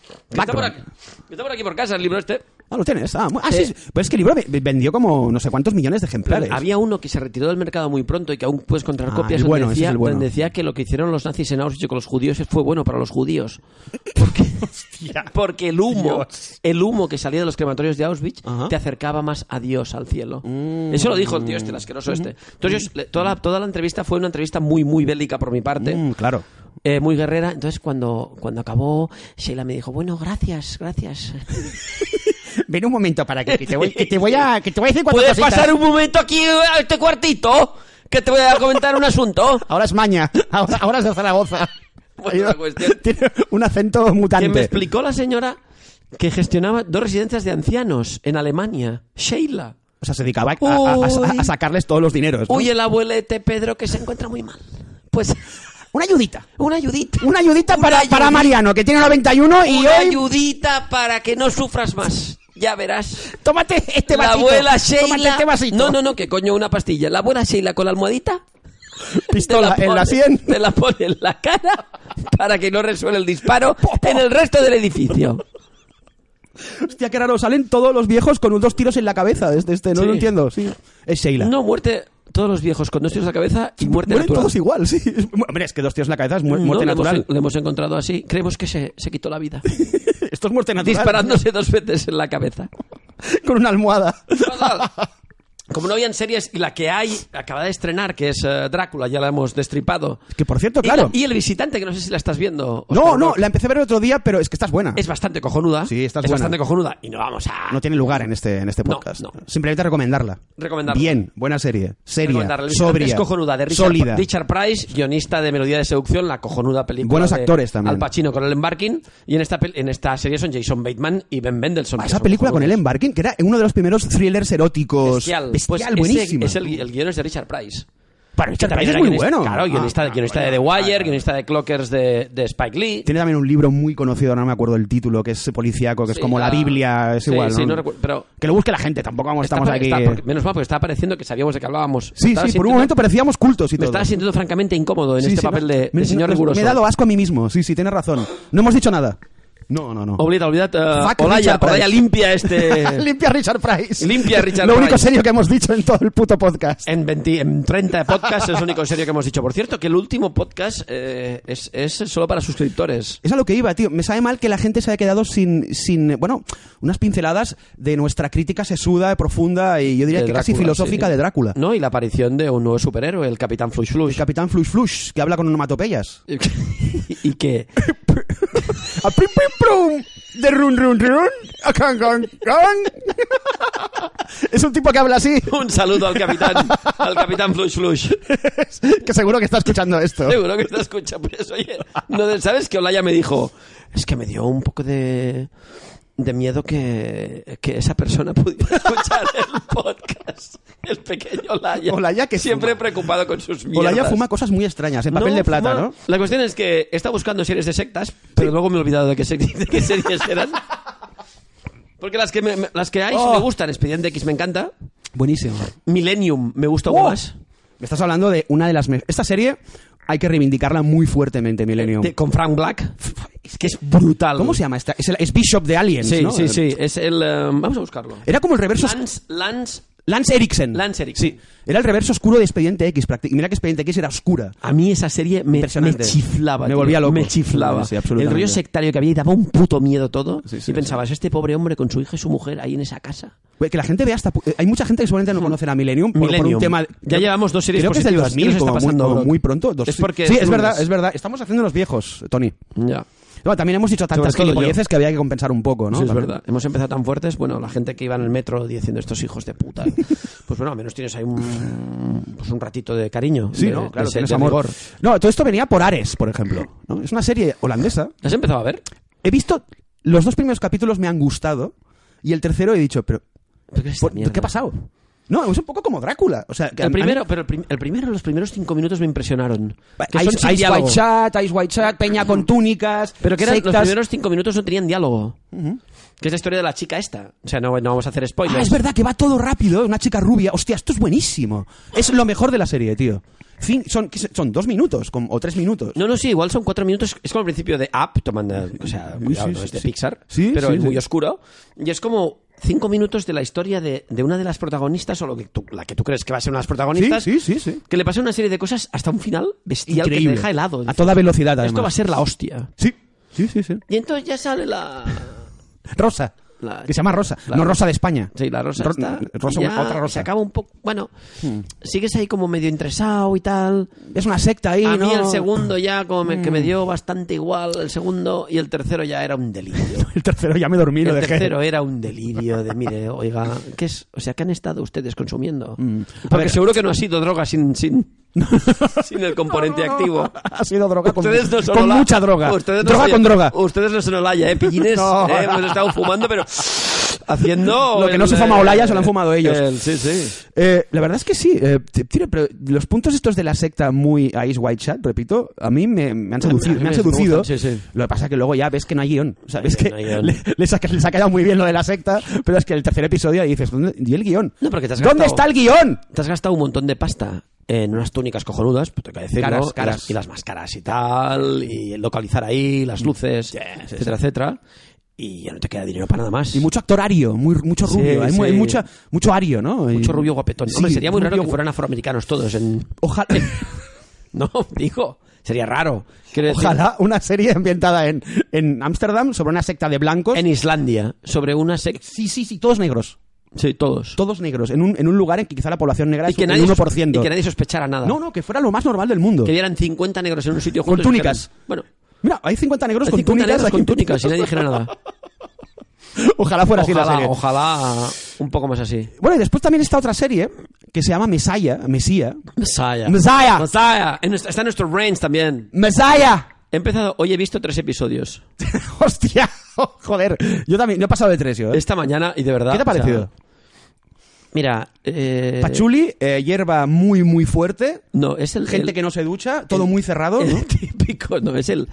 Speaker 3: Que está, por aquí, que está por aquí por casa, el libro este.
Speaker 2: Ah, lo tienes. Ah, mu- ah, sí.
Speaker 3: Eh.
Speaker 2: sí. Pues es que el libro ve- vendió como no sé cuántos millones de ejemplares.
Speaker 3: Había uno que se retiró del mercado muy pronto y que aún puedes encontrar
Speaker 2: Ah,
Speaker 3: copias
Speaker 2: el
Speaker 3: donde,
Speaker 2: bueno, ese
Speaker 3: decía,
Speaker 2: es el bueno.
Speaker 3: donde decía que lo que hicieron los nazis en Auschwitz con los judíos fue bueno para los judíos. Porque, porque el humo el humo que salía de los crematorios de Auschwitz
Speaker 2: Ajá.
Speaker 3: te acercaba más a Dios, al cielo. Eso lo dijo el tío este, el asqueroso este. Entonces, yo- le- toda, la, toda la entrevista fue una entrevista muy, muy bélica por mi parte.
Speaker 2: Mm, claro.
Speaker 3: eh, muy guerrera, entonces cuando, cuando acabó, Sheila me dijo, bueno, gracias, gracias.
Speaker 2: Ven un momento para que, que te, voy, que te voy a que te voy a decir cuatro
Speaker 3: ¿Puedes
Speaker 2: cositas.
Speaker 3: pasar un momento aquí a este cuartito? Que te voy a comentar un asunto.
Speaker 2: Ahora es maña. Ahora, ahora es de Zaragoza.
Speaker 3: Bueno, la cuestión-
Speaker 2: Tiene un acento mutante.
Speaker 3: Que me explicó la señora que gestionaba dos residencias de ancianos en Alemania. Sheila.
Speaker 2: O sea, se dedicaba a, a- a-
Speaker 3: Uy.
Speaker 2: a sacarles todos los dineros. ¿no?
Speaker 3: Uy, el abuelete Pedro que se encuentra muy mal. Pues
Speaker 2: Una ayudita.
Speaker 3: una ayudita.
Speaker 2: Una ayudita para,
Speaker 3: ayudi-
Speaker 2: para Mariano, que tiene 91 y
Speaker 3: Una
Speaker 2: hoy...
Speaker 3: ayudita para que no sufras más. Ya verás.
Speaker 2: Tómate este
Speaker 3: la
Speaker 2: vasito.
Speaker 3: abuela
Speaker 2: Tómate
Speaker 3: Sheila.
Speaker 2: este vasito.
Speaker 3: no, no, no, que coño, una pastilla. La abuela Sheila con la almohadita.
Speaker 2: Pistola
Speaker 3: te
Speaker 2: en la
Speaker 3: pone-
Speaker 2: sien.
Speaker 3: Te la pone en la cara para que no resuelva el disparo en el resto del edificio.
Speaker 2: Hostia, qué raro. Salen todos los viejos con un- dos tiros en la cabeza. Este, este, no
Speaker 3: Sí.
Speaker 2: lo entiendo. Sí. Es Sheila.
Speaker 3: No, muerte. Todos los viejos con dos tiros en la cabeza y muerte
Speaker 2: Mueren
Speaker 3: natural.
Speaker 2: todos igual, sí. Es- Hombre, es que dos tiros en la cabeza es mu-
Speaker 3: No,
Speaker 2: muerte
Speaker 3: lo hemos-
Speaker 2: natural.
Speaker 3: Lo hemos, encontrado así. Creemos que se, se quitó la vida.
Speaker 2: Esto es muerte natural.
Speaker 3: disparándose dos veces en la cabeza.
Speaker 2: Con una almohada.
Speaker 3: Total. Como no habían series, y la que hay, acaba de estrenar, que es eh, Drácula, ya la hemos destripado.
Speaker 2: Que por cierto,
Speaker 3: Y la-
Speaker 2: claro.
Speaker 3: Y, el visitante, que no sé si la estás viendo. Óscar,
Speaker 2: No, no, la empecé a ver el otro día, pero es que estás buena.
Speaker 3: Es bastante cojonuda.
Speaker 2: Sí, estás
Speaker 3: Es
Speaker 2: buena.
Speaker 3: bastante cojonuda. Y no vamos a.
Speaker 2: No tiene lugar en este, en este
Speaker 3: No,
Speaker 2: podcast.
Speaker 3: no.
Speaker 2: Simplemente recomendarla.
Speaker 3: Recomendarla.
Speaker 2: Bien, buena serie. Seria,
Speaker 3: Recomendarle el visitante.
Speaker 2: sobria,
Speaker 3: Es cojonuda, de Richard,
Speaker 2: sólida.
Speaker 3: Richard Price, guionista de Melodía de Seducción, la cojonuda película.
Speaker 2: Buenos
Speaker 3: de
Speaker 2: actores también.
Speaker 3: Al Pacino con el embarking. Y en esta, pel- en esta serie son Jason Bateman y Ben Mendelssohn.
Speaker 2: Ah,
Speaker 3: que
Speaker 2: Esa
Speaker 3: son
Speaker 2: película con
Speaker 3: cojonudos.
Speaker 2: Ellen Barkin, que era uno de los primeros thrillers eróticos.
Speaker 3: Bestial. Pues ese
Speaker 2: buenísima.
Speaker 3: Es el, el guion es de Richard Price.
Speaker 2: Para
Speaker 3: Que
Speaker 2: Richard
Speaker 3: también
Speaker 2: Price es
Speaker 3: era
Speaker 2: muy
Speaker 3: guionista-
Speaker 2: bueno.
Speaker 3: Claro, guionista,
Speaker 2: Ah,
Speaker 3: de- guionista
Speaker 2: ah,
Speaker 3: de The
Speaker 2: bueno,
Speaker 3: Wire,
Speaker 2: ah,
Speaker 3: guionista de Clockers de, de Spike Lee.
Speaker 2: Tiene también un libro muy conocido, ahora no me acuerdo el título, que es policíaco, que
Speaker 3: Sí,
Speaker 2: es como la,
Speaker 3: la-
Speaker 2: Biblia, es
Speaker 3: sí,
Speaker 2: igual.
Speaker 3: sí,
Speaker 2: ¿no?
Speaker 3: no recuerdo, pero-
Speaker 2: Que lo busque la gente, tampoco vamos,
Speaker 3: Está
Speaker 2: estamos
Speaker 3: por-
Speaker 2: aquí.
Speaker 3: está por- menos mal, porque estaba pareciendo que sabíamos de qué hablábamos.
Speaker 2: Sí,
Speaker 3: Estaba
Speaker 2: sí, por
Speaker 3: sintiendo-
Speaker 2: un momento parecíamos cultos y
Speaker 3: Me
Speaker 2: todo.
Speaker 3: estaba sintiendo francamente incómodo en
Speaker 2: Sí,
Speaker 3: este
Speaker 2: sí,
Speaker 3: papel
Speaker 2: no,
Speaker 3: de,
Speaker 2: me-
Speaker 3: de señor
Speaker 2: me-
Speaker 3: riguroso.
Speaker 2: Me he dado asco a mí mismo, sí, sí, tienes razón. No hemos dicho nada. No, no, no.
Speaker 3: Olvida, olvida. eh,
Speaker 2: Fuck
Speaker 3: Olaya,
Speaker 2: Richard Price.
Speaker 3: Olaya, limpia este.
Speaker 2: Limpia Richard Price.
Speaker 3: Limpia Richard
Speaker 2: Lo único
Speaker 3: Price.
Speaker 2: serio que hemos dicho en todo el puto podcast.
Speaker 3: En, 20 en 30 podcasts es lo único en serio que hemos dicho. Por cierto, que el último podcast eh, es, es solo para suscriptores.
Speaker 2: Es a lo que iba, tío. Me sabe mal que la gente se haya quedado sin, sin eh, bueno, unas pinceladas de nuestra crítica sesuda, profunda y yo diría
Speaker 3: De
Speaker 2: que casi
Speaker 3: Drácula,
Speaker 2: filosófica
Speaker 3: sí.
Speaker 2: de Drácula.
Speaker 3: No, y la aparición de un nuevo superhéroe, el Capitán Flush Flush.
Speaker 2: El capitán Flush Flush, que habla con onomatopeyas.
Speaker 3: y que
Speaker 2: ¡A prim, prim, prum! de run run run a can can can. Es un tipo que habla así,
Speaker 3: Un saludo al capitán, al capitán Flush Flush.
Speaker 2: que seguro que está escuchando esto.
Speaker 3: Seguro que te escucha. Pues oye, no de- ¿sabes que Olaya me dijo? Es que me dio un poco de, de miedo que, que esa persona pudiera escuchar el podcast. El pequeño Olaya.
Speaker 2: Olaya que
Speaker 3: Siempre
Speaker 2: fuma.
Speaker 3: preocupado con sus mierdas.
Speaker 2: Olaya fuma cosas muy extrañas, en papel
Speaker 3: No,
Speaker 2: de plata,
Speaker 3: fuma-
Speaker 2: ¿no?
Speaker 3: La cuestión es que está buscando series de sectas, pero luego me he olvidado de qué, sec- de qué series eran. Porque las que, me- me- las que hay
Speaker 2: Oh.
Speaker 3: sí me gustan. Expediente X me encanta.
Speaker 2: Buenísimo.
Speaker 3: Millennium me gusta aún
Speaker 2: ¡Wow!
Speaker 3: más.
Speaker 2: Me estás hablando de una de las... me- Esta serie hay que reivindicarla muy fuertemente, Millennium.
Speaker 3: Eh, De- con Frank Black. Es que es brutal.
Speaker 2: ¿Cómo se llama esta? Es, el- es Bishop de Aliens,
Speaker 3: Sí,
Speaker 2: ¿no?
Speaker 3: sí, sí. Es el. eh, vamos a buscarlo.
Speaker 2: Era como el reverso...
Speaker 3: Lance, Lance.
Speaker 2: Lance Eriksen.
Speaker 3: Lance Eriksen.
Speaker 2: Sí. Era el reverso oscuro de Expediente X. prácti- Y mira que Expediente X era oscura.
Speaker 3: A mí esa serie me, me
Speaker 2: Impresionante.
Speaker 3: chiflaba.
Speaker 2: Me
Speaker 3: tío.
Speaker 2: volvía loco.
Speaker 3: Me chiflaba.
Speaker 2: Sí,
Speaker 3: el
Speaker 2: absolutamente.
Speaker 3: rollo sectario que había y daba un puto miedo todo.
Speaker 2: Sí, sí,
Speaker 3: y
Speaker 2: sí.
Speaker 3: pensabas, este pobre hombre con su hija y su mujer ahí en esa casa.
Speaker 2: Güey, Que la gente vea hasta... pu- eh, Hay mucha gente que seguramente no conocerá Millennium por, por
Speaker 3: Hmm. Millennium.
Speaker 2: un tema...
Speaker 3: Ya llevamos dos series
Speaker 2: Creo que es del
Speaker 3: positivas. ¿Qué
Speaker 2: 2000,
Speaker 3: nos está
Speaker 2: como muy-
Speaker 3: pasando,
Speaker 2: como
Speaker 3: Brock?
Speaker 2: muy, pronto. dos-
Speaker 3: Es porque
Speaker 2: sí,
Speaker 3: es
Speaker 2: es verdad,
Speaker 3: lunes.
Speaker 2: es verdad. Estamos haciendo los viejos, Tony.
Speaker 3: Ya.
Speaker 2: No, también hemos dicho tantas
Speaker 3: Sobre todo
Speaker 2: gilipolleces que había que compensar un poco, ¿no?
Speaker 3: Sí, es
Speaker 2: También.
Speaker 3: verdad. Hemos empezado tan fuertes. Bueno, la gente que iba en el metro diciendo estos hijos de puta. pues bueno, al menos tienes ahí un, pues un ratito de cariño.
Speaker 2: Sí,
Speaker 3: de-
Speaker 2: ¿no?
Speaker 3: de
Speaker 2: Claro,
Speaker 3: ese-
Speaker 2: tienes
Speaker 3: de
Speaker 2: amor.
Speaker 3: rigor.
Speaker 2: No, todo esto venía por Ares, por ejemplo. ¿no? Es una serie holandesa.
Speaker 3: ¿Has empezado a ver?
Speaker 2: He visto... Los dos primeros capítulos me han gustado. Y el tercero he dicho, pero...
Speaker 3: ¿Pero qué es esta
Speaker 2: ¿por-
Speaker 3: mierda?
Speaker 2: ¿Qué ha pasado? No, es un poco como Drácula. O sea, que a- a
Speaker 3: El
Speaker 2: mí-
Speaker 3: primero, pero el, prim- el primero, los primeros cinco minutos me impresionaron. Que son
Speaker 2: Ice,
Speaker 3: sin
Speaker 2: Ice
Speaker 3: diálogo.
Speaker 2: White Chat, Ice White Chat, Peña con túnicas,
Speaker 3: Pero que eran, los
Speaker 2: sectas.
Speaker 3: primeros cinco minutos no tenían diálogo. Que es la historia de la chica esta. O sea, no, no vamos a hacer spoilers.
Speaker 2: Ah, es verdad que va todo rápido, ¿eh? una chica rubia. Hostia, esto es buenísimo. Es lo mejor de la serie, tío. Cin- son, ¿qué se- son dos minutos como- o tres minutos.
Speaker 3: No, no, sí, igual son cuatro minutos. Es como el principio de Up, tomando. O sea, cuidado,
Speaker 2: sí,
Speaker 3: no
Speaker 2: sí,
Speaker 3: es de
Speaker 2: sí.
Speaker 3: Pixar,
Speaker 2: Sí,
Speaker 3: pero
Speaker 2: sí,
Speaker 3: es
Speaker 2: sí.
Speaker 3: muy oscuro. Y es como cinco minutos de la historia de, de una de las protagonistas, o lo que tú- la que tú crees que va a ser una de las
Speaker 2: sí,
Speaker 3: protagonistas,
Speaker 2: sí, sí, sí.
Speaker 3: que le pasa una serie de cosas hasta un final bestial que te deja helado.
Speaker 2: A toda velocidad, además.
Speaker 3: Esto va a ser la hostia.
Speaker 2: Sí, sí, sí, sí.
Speaker 3: Y entonces ya sale la.
Speaker 2: Rosa.
Speaker 3: La-
Speaker 2: Que se llama Rosa.
Speaker 3: la-
Speaker 2: no Rosa de España.
Speaker 3: Sí, la rosa
Speaker 2: Ro-
Speaker 3: está.
Speaker 2: Rosa,
Speaker 3: y ya
Speaker 2: otra rosa. Hmm.
Speaker 3: Se acaba un poco. Bueno, sigues ahí como medio interesado y tal.
Speaker 2: Es una secta ahí,
Speaker 3: a
Speaker 2: ¿no? Hmm.
Speaker 3: mí el segundo ya como me- que me dio bastante igual el segundo y el tercero ya era un delirio.
Speaker 2: El tercero ya me dormí, lo
Speaker 3: El
Speaker 2: dejé.
Speaker 3: tercero era un delirio de mire, oiga, ¿qué es? O sea, ¿qué han estado ustedes consumiendo?
Speaker 2: Hmm. A
Speaker 3: Porque
Speaker 2: ver.
Speaker 3: seguro que no ha sido droga sin sin, sin el componente
Speaker 2: No, no, no.
Speaker 3: activo.
Speaker 2: Ha sido droga con,
Speaker 3: Ustedes no son
Speaker 2: con
Speaker 3: Olaya.
Speaker 2: mucha droga.
Speaker 3: Ustedes no
Speaker 2: droga
Speaker 3: son-
Speaker 2: con droga.
Speaker 3: Ustedes no son Olaya, ¿eh? Pillines.
Speaker 2: No.
Speaker 3: eh, hemos estado fumando, pero haciendo. eh,
Speaker 2: Lo que no se fuma Olaya se lo han fumado ellos.
Speaker 3: el- sí, sí.
Speaker 2: Eh, la verdad es que sí. eh, t- tiene- pero los puntos estos de la secta muy Ice White Chat, repito, a mí me, me han
Speaker 3: A
Speaker 2: seducido.
Speaker 3: mí
Speaker 2: Me
Speaker 3: me
Speaker 2: han seducido.
Speaker 3: gustan, sí, sí.
Speaker 2: Lo que pasa es que luego ya ves que no hay guión. O sea, ves que
Speaker 3: no hay guión.
Speaker 2: le, les ha, les ha quedado muy bien lo de la secta, pero es que el tercer episodio ahí dices, ¿dónde, ¿y el guión?
Speaker 3: No, porque te has
Speaker 2: ¿Dónde
Speaker 3: gastado-
Speaker 2: está el guión?
Speaker 3: Te has gastado un montón de pasta en unas túnicas cojonudas, pues tengo que decirlo,
Speaker 2: Caras,
Speaker 3: y las-
Speaker 2: caras.
Speaker 3: Y, las, máscaras y tal, y el localizar ahí, las luces, etcétera, etcétera. Y ya no te queda dinero para nada más.
Speaker 2: Y mucho actor ario, muy, mucho
Speaker 3: Sí,
Speaker 2: rubio. hay, mu- hay
Speaker 3: sí.
Speaker 2: mucha- mucho ario, ¿no? Y-
Speaker 3: Mucho rubio guapetón.
Speaker 2: Sí,
Speaker 3: Hombre, sería muy raro
Speaker 2: rubio
Speaker 3: que
Speaker 2: gu-
Speaker 3: fueran afroamericanos todos. En...
Speaker 2: Ojalá.
Speaker 3: No, digo, sería raro. Quiero decir,
Speaker 2: Ojalá una serie ambientada en en Ámsterdam sobre una secta de blancos.
Speaker 3: En Islandia, sobre una sex.
Speaker 2: Sí, sí, sí, todos negros.
Speaker 3: Sí, todos.
Speaker 2: Todos negros. En un, en un lugar en que quizá la población negra
Speaker 3: y
Speaker 2: es
Speaker 3: que,
Speaker 2: el
Speaker 3: nadie,
Speaker 2: 1%.
Speaker 3: y que nadie sospechara nada.
Speaker 2: No, no, que fuera lo más normal del mundo.
Speaker 3: Que vieran 50 negros en un sitio
Speaker 2: Con
Speaker 3: juntos. y
Speaker 2: túnicas.
Speaker 3: dijeran, Bueno,
Speaker 2: Mira, hay 50 negros
Speaker 3: hay
Speaker 2: con
Speaker 3: 50
Speaker 2: túnicas.
Speaker 3: negros con
Speaker 2: aquí.
Speaker 3: túnicas y nadie dijera nada.
Speaker 2: Ojalá fuera así la
Speaker 3: Ojalá,
Speaker 2: serie.
Speaker 3: ojalá un poco más así.
Speaker 2: Bueno, y después también está otra serie que se llama Mesaya. Mesía.
Speaker 3: Messiah.
Speaker 2: Messiah.
Speaker 3: Messiah. En nuestra- está en nuestro range también.
Speaker 2: ¡Mesaya!
Speaker 3: He empezado, hoy he visto tres episodios.
Speaker 2: ¡Hostia! Joder, yo también, no he pasado de tres yo. ¿eh?
Speaker 3: Esta mañana y de verdad.
Speaker 2: ¿Qué te ha
Speaker 3: o sea,
Speaker 2: parecido?
Speaker 3: mira, eh,
Speaker 2: Pachuli, eh, hierba muy, muy fuerte,
Speaker 3: No, es el.
Speaker 2: gente
Speaker 3: el-
Speaker 2: que no se ducha, todo muy cerrado.
Speaker 3: el
Speaker 2: ¿no?
Speaker 3: típico, no, es el.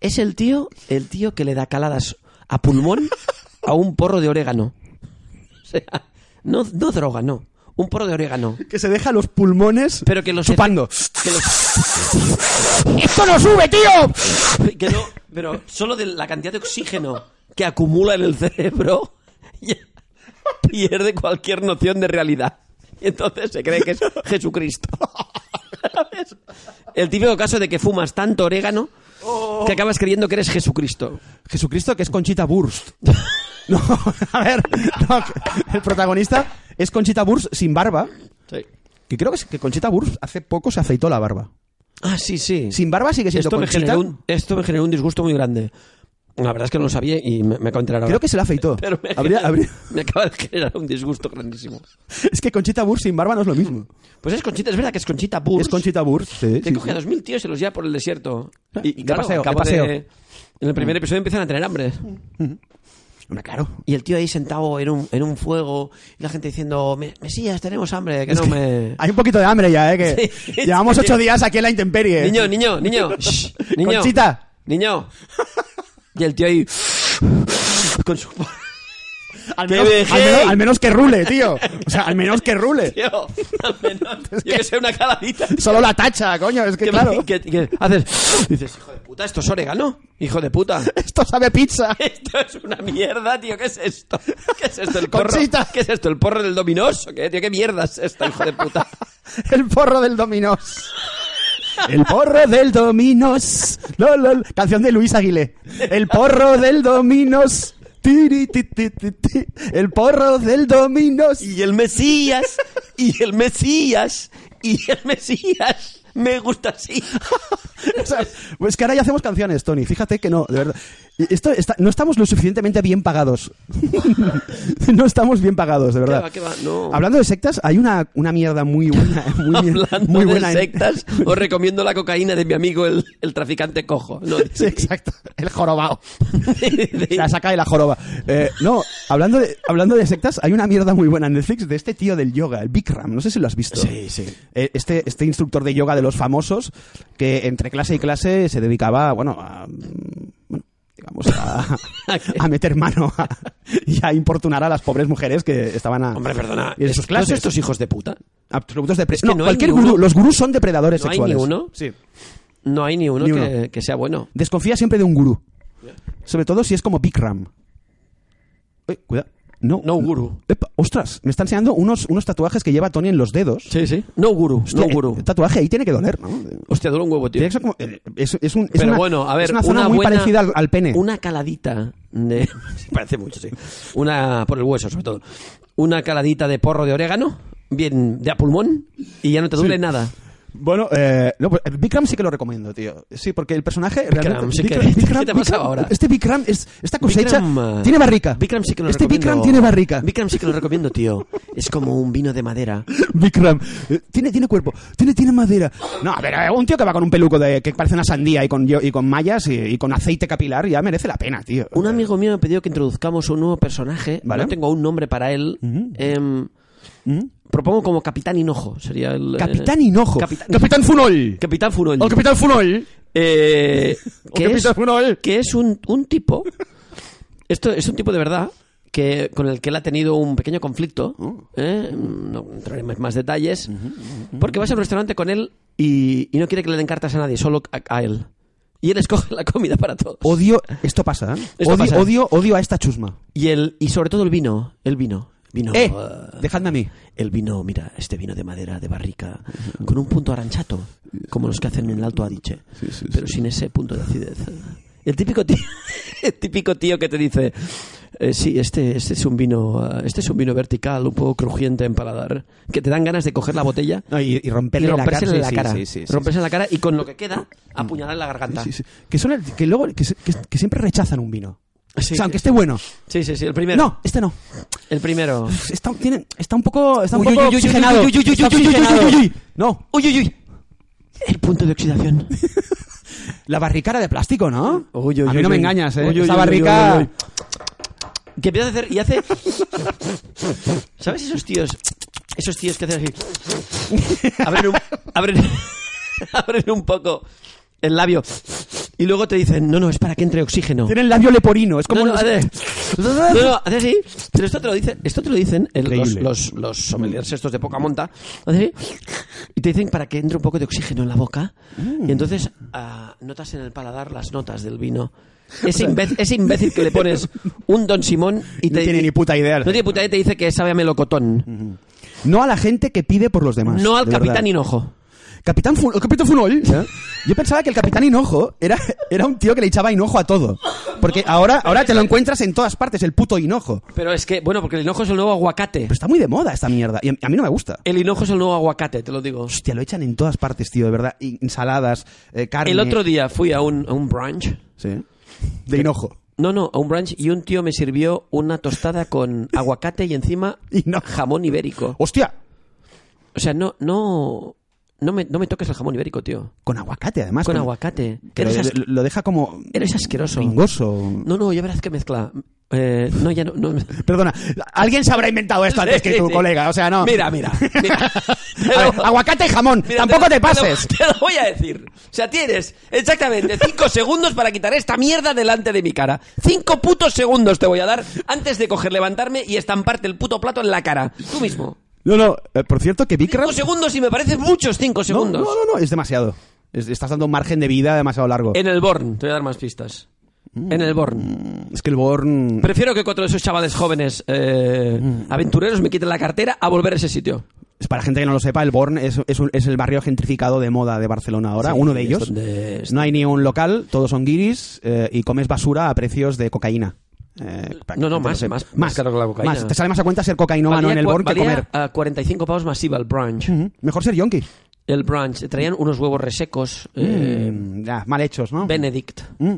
Speaker 3: Es el tío, el tío que le da caladas a pulmón a un porro de orégano. O sea, no, no droga, no. Un porro de orégano.
Speaker 2: Que se deja los pulmones
Speaker 3: Pero que los
Speaker 2: chupando.
Speaker 3: Que los-
Speaker 2: ¡Esto no sube, tío!
Speaker 3: que no, pero solo de la cantidad de oxígeno que acumula en el cerebro ya pierde cualquier noción de realidad. Y entonces se cree que es Jesucristo. ¿Sabes? El típico caso de que fumas tanto orégano
Speaker 2: Oh.
Speaker 3: que acabas creyendo que eres Jesucristo.
Speaker 2: Jesucristo, que es Conchita Burst. No, a ver, no, que el protagonista es Conchita Burst sin barba. Que creo que, es- que Conchita Burst hace poco se aceitó la barba.
Speaker 3: Ah, sí, sí.
Speaker 2: Sin barba sigue siendo
Speaker 3: esto, me
Speaker 2: Conchita.
Speaker 3: generó un, esto me generó un disgusto muy grande. La verdad es que no lo sabía y me, me acabo de enterar ahora.
Speaker 2: Creo que se la afeitó.
Speaker 3: Pero me,
Speaker 2: Habría- habría-
Speaker 3: me acaba de generar un disgusto grandísimo.
Speaker 2: Es que Conchita Burr sin barba no es lo mismo.
Speaker 3: Pues es Conchita, es verdad que es Conchita Burst.
Speaker 2: Es Conchita Burr. Sí,
Speaker 3: Que
Speaker 2: sí,
Speaker 3: coge a dos mil tíos y se los lleva por el desierto.
Speaker 2: Ah,
Speaker 3: Y, y
Speaker 2: de
Speaker 3: claro,
Speaker 2: paseo, de
Speaker 3: acabo
Speaker 2: paseo.
Speaker 3: En el primer episodio empiezan a tener hambre.
Speaker 2: sí. Hombre, claro.
Speaker 3: Y el tío ahí sentado en un, en un fuego y la gente diciendo, "Me- Mesías, tenemos hambre, que no me...
Speaker 2: Hay un poquito de hambre ya, ¿eh? Que
Speaker 3: Sí.
Speaker 2: llevamos ocho días aquí en la intemperie.
Speaker 3: Niño, niño, niño. shh, niño.
Speaker 2: Conchita.
Speaker 3: Niño. Y el tío ahí... Con su...
Speaker 2: al,
Speaker 3: ¡Qué
Speaker 2: menos, al,
Speaker 3: vejez!
Speaker 2: menos, al menos que rule, tío. O sea, al menos que rule.
Speaker 3: Tío, al menos, yo que sé, una caladita.
Speaker 2: Solo la tacha, coño, es que,
Speaker 3: Que,
Speaker 2: claro.
Speaker 3: que- que haces... Dices, hijo de puta, esto es orégano. Hijo de puta.
Speaker 2: Esto sabe a pizza.
Speaker 3: Esto es una mierda, tío. ¿Qué es esto? ¿Qué es esto? ¿El porro?
Speaker 2: Conchita.
Speaker 3: ¿Qué es esto? ¿El porro del dominós? ¿O qué, tío? ¿Qué mierda es esto, hijo de puta?
Speaker 2: El porro del dominós. El porro del dominos. Lol, lol. Canción de Luis Aguilé. El porro del dominos. Tiri, ti, ti, ti, ti. El porro del dominos.
Speaker 3: Y el Mesías, y el Mesías, y el Mesías. Me gusta así.
Speaker 2: O sea, pues que ahora ya hacemos canciones, Tony. Fíjate que no, de verdad. Y Esto está- no estamos lo suficientemente bien pagados. no estamos bien pagados, de verdad.
Speaker 3: va, qué va, no.
Speaker 2: Hablando de sectas, hay una, una mierda muy buena. Muy, mier-
Speaker 3: Hablando
Speaker 2: muy buena
Speaker 3: de
Speaker 2: en-
Speaker 3: sectas, os recomiendo la cocaína de mi amigo el, el traficante cojo. No,
Speaker 2: Sí, exacto. El jorobao.
Speaker 3: de- de-
Speaker 2: La saca de la joroba. Eh, no, hablando de, hablando de sectas, hay una mierda muy buena en Netflix de este tío del yoga, el Bikram. No sé si lo has visto. Sí, sí. este, este instructor de yoga de los famosos que entre clase y clase se dedicaba, bueno, a. mm, bueno, digamos, a,
Speaker 3: Ah,
Speaker 2: a meter mano a- y a importunar a las pobres mujeres que estaban a,
Speaker 3: Hombre, perdona.
Speaker 2: en sus
Speaker 3: ¿todos
Speaker 2: clases.
Speaker 3: estos hijos de puta?
Speaker 2: Absolutos depre-
Speaker 3: que
Speaker 2: no,
Speaker 3: no hay
Speaker 2: cualquier
Speaker 3: ni
Speaker 2: gurú,
Speaker 3: uno.
Speaker 2: los gurús son depredadores
Speaker 3: ¿No hay
Speaker 2: sexuales.
Speaker 3: ni uno?
Speaker 2: Sí.
Speaker 3: No hay ni uno,
Speaker 2: Ni
Speaker 3: que-
Speaker 2: uno.
Speaker 3: que sea bueno.
Speaker 2: Desconfía siempre de un gurú. Sobre todo si es como Bikram. Eh, cuidado. No,
Speaker 3: No gurú.
Speaker 2: Epa, ostras, me está enseñando unos, unos tatuajes que lleva Tony en los dedos.
Speaker 3: Sí, sí. No guru,
Speaker 2: Hostia,
Speaker 3: no guru.
Speaker 2: el tatuaje ahí tiene que doler, ¿no?
Speaker 3: Hostia, dura un huevo, tío.
Speaker 2: Tiene que ser como- eh, es, es un- es
Speaker 3: Pero
Speaker 2: una,
Speaker 3: bueno, a ver,
Speaker 2: es una zona muy
Speaker 3: buena-
Speaker 2: parecida al, al pene.
Speaker 3: Una caladita de. Parece mucho, sí. Una. Por el hueso, sobre todo. Una caladita de porro de orégano, bien de a pulmón, y ya no te duele nada.
Speaker 2: Bueno, eh, no, pues, eh, Bikram sí que lo recomiendo, tío. Sí, porque el personaje realmente-
Speaker 3: sí que-
Speaker 2: Bikram-
Speaker 3: ¿qué
Speaker 2: Bikram-
Speaker 3: te pasa
Speaker 2: Bikram-
Speaker 3: ahora?
Speaker 2: Este Bikram, es, esta cosecha,
Speaker 3: Bikram, eh,
Speaker 2: tiene barrica.
Speaker 3: Bikram sí que lo
Speaker 2: este
Speaker 3: recomiendo.
Speaker 2: Bikram tiene barrica.
Speaker 3: Bikram sí que lo recomiendo, tío. Es como un vino de madera.
Speaker 2: Bikram. Eh, Tiene, tiene cuerpo, tiene, tiene madera. No, a ver, eh, un tío que va con un peluco de, que parece una sandía y con, yo- y con mallas y, y con aceite capilar ya merece la pena, tío.
Speaker 3: Un amigo mío me pidió que introduzcamos un nuevo personaje.
Speaker 2: Vale.
Speaker 3: No tengo un nombre para él. Em, propongo como Capitán Hinojo. Sería el. eh,
Speaker 2: Capitán Hinojo.
Speaker 3: Capitán,
Speaker 2: Capitán Funol.
Speaker 3: Capitán Furoll.
Speaker 2: El Capitán Funol.
Speaker 3: Eh, que,
Speaker 2: El
Speaker 3: es,
Speaker 2: Oh, Capitán Funol.
Speaker 3: que es un, un tipo. Esto es un tipo de verdad que con el que él ha tenido un pequeño conflicto.
Speaker 2: Oh.
Speaker 3: ¿eh? No entraré en más detalles. Porque vas a un restaurante con él y, y no quiere que le den cartas a nadie, solo a, a él. Y él escoge la comida para todos.
Speaker 2: Odio, esto pasa, ¿eh?
Speaker 3: Esto
Speaker 2: odio,
Speaker 3: pasa.
Speaker 2: odio, odio a esta chusma.
Speaker 3: Y, el, y sobre todo el vino. El vino. vino
Speaker 2: Eh,
Speaker 3: eh,
Speaker 2: dejadme a mí.
Speaker 3: el vino, mira, este vino de madera, de barrica, con un punto aranchato, como los que hacen en el Alto Adige, pero sin ese punto de acidez. El típico tío, el típico tío que te dice, eh, sí, este, este es un vino, ah, este es un vino vertical, un poco crujiente en paladar, que te dan ganas de coger la botella
Speaker 2: No, y, y romperle
Speaker 3: y romperse
Speaker 2: sí,
Speaker 3: la
Speaker 2: sí,
Speaker 3: cara,
Speaker 2: sí, sí, sí.
Speaker 3: romperse la cara y con lo que queda apuñalar en la garganta.
Speaker 2: Sí, sí. Que son el- que luego que, se- que- que siempre rechazan un vino.
Speaker 3: Sí.
Speaker 2: o sea, aunque esté bueno.
Speaker 3: Sí, sí, sí, el primero.
Speaker 2: No, este no.
Speaker 3: el primero.
Speaker 2: Está, tiene- está un poco, está un
Speaker 3: Uy, uy,
Speaker 2: poco
Speaker 3: uy, uy, uy,
Speaker 2: oxigenado.
Speaker 3: uy, uy, uy,
Speaker 2: Está
Speaker 3: uy, uy, uy,
Speaker 2: oxigenado.
Speaker 3: uy, uy, uy.
Speaker 2: No,
Speaker 3: Uy, uy, uy. El punto de oxidación.
Speaker 2: la barricara de plástico, ¿no?
Speaker 3: Uy, uy,
Speaker 2: a mí
Speaker 3: uy,
Speaker 2: no me
Speaker 3: uy.
Speaker 2: engañas, ¿eh?
Speaker 3: Uy, uy,
Speaker 2: Esa
Speaker 3: uy, uy,
Speaker 2: barrica...
Speaker 3: uy, uy, Que empieza a hacer y hace. ¿Sabes esos tíos? Esos tíos que hacen así. Abren un, abren, abren un poco el labio. Y luego te dicen, no, no, es para que entre oxígeno.
Speaker 2: Tiene el labio leporino, es como...
Speaker 3: no, no,
Speaker 2: los-
Speaker 3: hace- no, no, hace así. Pero esto te lo dicen, esto te lo dicen el- los,
Speaker 2: Increíble.
Speaker 3: los, los sommeliers estos de poca monta. Hace así. y te dicen para que entre un poco de oxígeno en la boca.
Speaker 2: Mm.
Speaker 3: Y entonces ah, notas en el paladar las notas del vino. Ese, imbécil, ese imbécil que le pones un Don Simón y
Speaker 2: No
Speaker 3: te
Speaker 2: tiene ni puta idea.
Speaker 3: No tiene puta idea y te dice que sabe a melocotón.
Speaker 2: No a la gente que pide por los demás.
Speaker 3: No al
Speaker 2: de
Speaker 3: capitán
Speaker 2: verdad.
Speaker 3: Hinojo.
Speaker 2: Capitán, Fun- el Capitán Funol. Yo pensaba que el Capitán Hinojo era, era un tío que le echaba hinojo a todo. Porque ahora, ahora te lo encuentras en todas partes, el puto hinojo.
Speaker 3: Pero es que, bueno, porque el hinojo es el nuevo aguacate.
Speaker 2: Pero está muy de moda esta mierda. Y a, a mí no me gusta.
Speaker 3: El hinojo es el nuevo aguacate, te lo digo.
Speaker 2: Hostia, lo echan en todas partes, tío, de verdad. Y Ensaladas, eh, carne.
Speaker 3: El otro día fui a un, a un brunch
Speaker 2: Sí. De hinojo.
Speaker 3: No, no, a un brunch y un tío me sirvió una tostada con aguacate y encima
Speaker 2: Y no.
Speaker 3: jamón ibérico.
Speaker 2: ¡Hostia!
Speaker 3: O sea, no, no, no me, no me toques el jamón ibérico, tío.
Speaker 2: Con aguacate, además.
Speaker 3: Con
Speaker 2: como-
Speaker 3: aguacate.
Speaker 2: que
Speaker 3: Eres,
Speaker 2: lo,
Speaker 3: as-
Speaker 2: lo deja como
Speaker 3: eres asqueroso.
Speaker 2: pingoso.
Speaker 3: No, no, ya verás qué mezcla. Eh, no, ya no. no.
Speaker 2: Perdona, alguien se habrá inventado esto antes que tu
Speaker 3: Sí, sí.
Speaker 2: colega, o sea, no.
Speaker 3: Mira, mira. mira.
Speaker 2: A ver, aguacate y jamón,
Speaker 3: Mira,
Speaker 2: tampoco
Speaker 3: lo-
Speaker 2: te pases.
Speaker 3: Te lo, voy a decir. O sea, tienes exactamente cinco segundos para quitar esta mierda delante de mi cara. Cinco putos segundos te voy a dar antes de coger, levantarme y estamparte el puto plato en la cara. Tú mismo.
Speaker 2: No, no, eh, por cierto que Bikram...
Speaker 3: Cinco segundos y me parecen muchos cinco
Speaker 2: No,
Speaker 3: segundos.
Speaker 2: No, no, no, es demasiado. Es- estás dando un margen de vida demasiado largo.
Speaker 3: En el Born, te voy a dar más pistas.
Speaker 2: Mm.
Speaker 3: En el Born.
Speaker 2: Es que el Born...
Speaker 3: Prefiero que cuatro de esos chavales jóvenes eh,
Speaker 2: Mm.
Speaker 3: aventureros me quiten la cartera a volver a ese sitio.
Speaker 2: es Para gente que no lo sepa, el Born es, es un- es el barrio gentrificado de moda de Barcelona ahora,
Speaker 3: Sí,
Speaker 2: Ah, uno de
Speaker 3: es
Speaker 2: ellos.
Speaker 3: donde es-
Speaker 2: No hay ni un local, todos son guiris eh, y comes basura a precios de cocaína. Eh, para que
Speaker 3: No, no,
Speaker 2: la gente
Speaker 3: más,
Speaker 2: sepa.
Speaker 3: más, más caro que la cocaína.
Speaker 2: Más. Te sale más a cuenta ser cocainómano
Speaker 3: Valía
Speaker 2: en el
Speaker 3: cua-
Speaker 2: Born que
Speaker 3: valía,
Speaker 2: comer.
Speaker 3: ah, 45 pavos masiva el brunch.
Speaker 2: Mejor ser yonki.
Speaker 3: El brunch. Traían unos huevos resecos. eh,
Speaker 2: Mm, ya, mal hechos, ¿no?
Speaker 3: Benedict.
Speaker 2: Mm.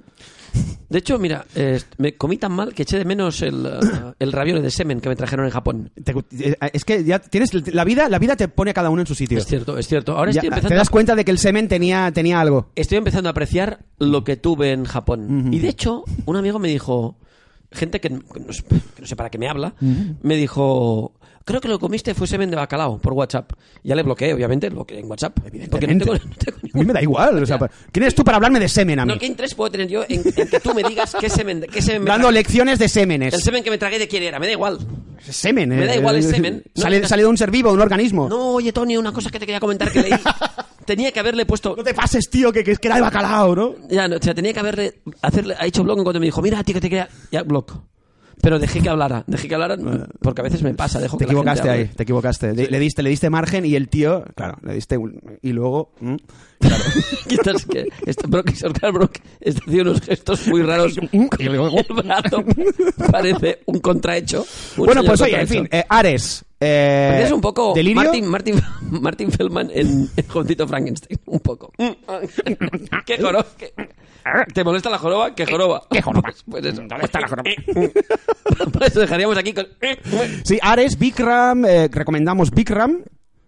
Speaker 3: De hecho, mira, eh, me comí tan mal que eché de menos el, eh, el ravioli de semen que me trajeron en Japón.
Speaker 2: Te- eh, es que ya tienes la vida, la vida te pone a cada uno en su sitio.
Speaker 3: Es cierto, es cierto. Ahora
Speaker 2: Ya, ah,
Speaker 3: estoy
Speaker 2: te
Speaker 3: empezando,
Speaker 2: das cuenta de que el semen tenía, tenía algo.
Speaker 3: estoy empezando a apreciar lo que tuve en Japón. Y de hecho, un amigo me dijo, gente que, que no, sé, que no sé para qué me habla, me dijo, creo que lo que comiste fue semen de bacalao por WhatsApp. Ya le bloqueé, obviamente, lo bloqueé en WhatsApp. Porque no tengo, no tengo
Speaker 2: A mí me da igual. o sea, pa- ¿Quién eres tú para hablarme de semen a mí?
Speaker 3: No, ¿qué interés puedo tener yo en, en que tú me digas qué semen, qué semen me
Speaker 2: Dando
Speaker 3: tragué?
Speaker 2: lecciones de
Speaker 3: El
Speaker 2: sémenes.
Speaker 3: semen que me tragué de quién era, me da igual.
Speaker 2: Semen,
Speaker 3: Me da igual el
Speaker 2: eh,
Speaker 3: semen. No,
Speaker 2: Sale,
Speaker 3: no.
Speaker 2: sale de un ser vivo, de un organismo.
Speaker 3: No, oye, Tony, una cosa que te quería comentar que leí. tenía que haberle puesto.
Speaker 2: No te pases, tío, que, que es que era de bacalao, ¿no?
Speaker 3: Ya, no, o sea, tenía que haberle. Hacerle, ha hecho blog en cuanto me dijo, mira, tío, que te quería. Ya, blog. Pero dejé que hablara, dejé que hablara, porque a veces me pasa, dejo
Speaker 2: Te
Speaker 3: que la gente
Speaker 2: equivocaste ahí,
Speaker 3: hable.
Speaker 2: te equivocaste. Le, le diste, le diste margen y el tío, claro, le diste un- y luego, mm, claro.
Speaker 3: Quizás que este Brock, Oscar Brock está haciendo unos gestos muy raros.
Speaker 2: Y luego-
Speaker 3: El brazo parece un contrahecho. un
Speaker 2: bueno,
Speaker 3: señor
Speaker 2: pues oye, en
Speaker 3: contrahecho.
Speaker 2: fin, eh, Ares. eh,
Speaker 3: Pareces un poco
Speaker 2: delirio.
Speaker 3: Martin, Martin, Martin Feldman en, en Jovencito Frankenstein. Un poco.
Speaker 2: Mm.
Speaker 3: ¿Qué joroba? qué- ¿Te molesta la joroba? ¿Qué joroba? ¿Qué joroba? Pues, pues eso. está la joroba? Por eso dejaríamos aquí con...
Speaker 2: Sí, Ares, Bikram, eh, recomendamos Bikram.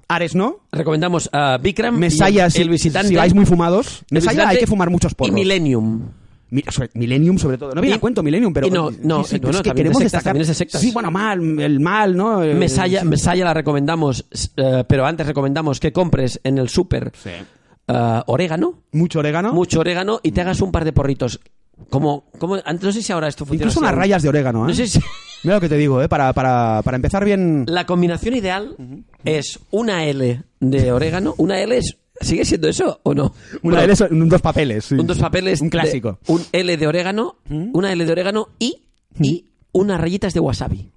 Speaker 2: Ares no.
Speaker 3: Recomendamos a Bikram. y
Speaker 2: Mesaya,
Speaker 3: el,
Speaker 2: si,
Speaker 3: el visitante.
Speaker 2: si vais muy fumados.
Speaker 3: el
Speaker 2: Mesaya
Speaker 3: visitante
Speaker 2: hay que fumar muchos porros.
Speaker 3: Y Millennium.
Speaker 2: Mi- sobre- Millennium sobre todo. No viene
Speaker 3: Y-
Speaker 2: a cuento Millennium, pero...
Speaker 3: y no, no,
Speaker 2: sí, sí,
Speaker 3: no,
Speaker 2: es
Speaker 3: no,
Speaker 2: que
Speaker 3: también
Speaker 2: queremos
Speaker 3: de sectas,
Speaker 2: destacar...
Speaker 3: también es de sectas.
Speaker 2: Sí, bueno, mal, el mal, ¿no? Eh,
Speaker 3: Mesaya, Mesaya la recomendamos, eh, pero antes recomendamos que compres en el súper eh, orégano.
Speaker 2: Mucho orégano.
Speaker 3: mucho orégano y te hagas un par de porritos. Como, como antes, no sé si ahora esto funciona.
Speaker 2: Incluso
Speaker 3: así
Speaker 2: unas
Speaker 3: aún.
Speaker 2: rayas de orégano, ¿eh?
Speaker 3: No sé si-
Speaker 2: Mira lo que te digo, ¿eh? Para, para, para empezar bien...
Speaker 3: La combinación ideal es una L de orégano. Una L es. ¿Sigue siendo eso o no?
Speaker 2: Una
Speaker 3: Bueno,
Speaker 2: L son- dos papeles. sí.
Speaker 3: Un dos papeles.
Speaker 2: Un
Speaker 3: de-
Speaker 2: clásico.
Speaker 3: un L de orégano, una L de orégano y, y unas rayitas de wasabi.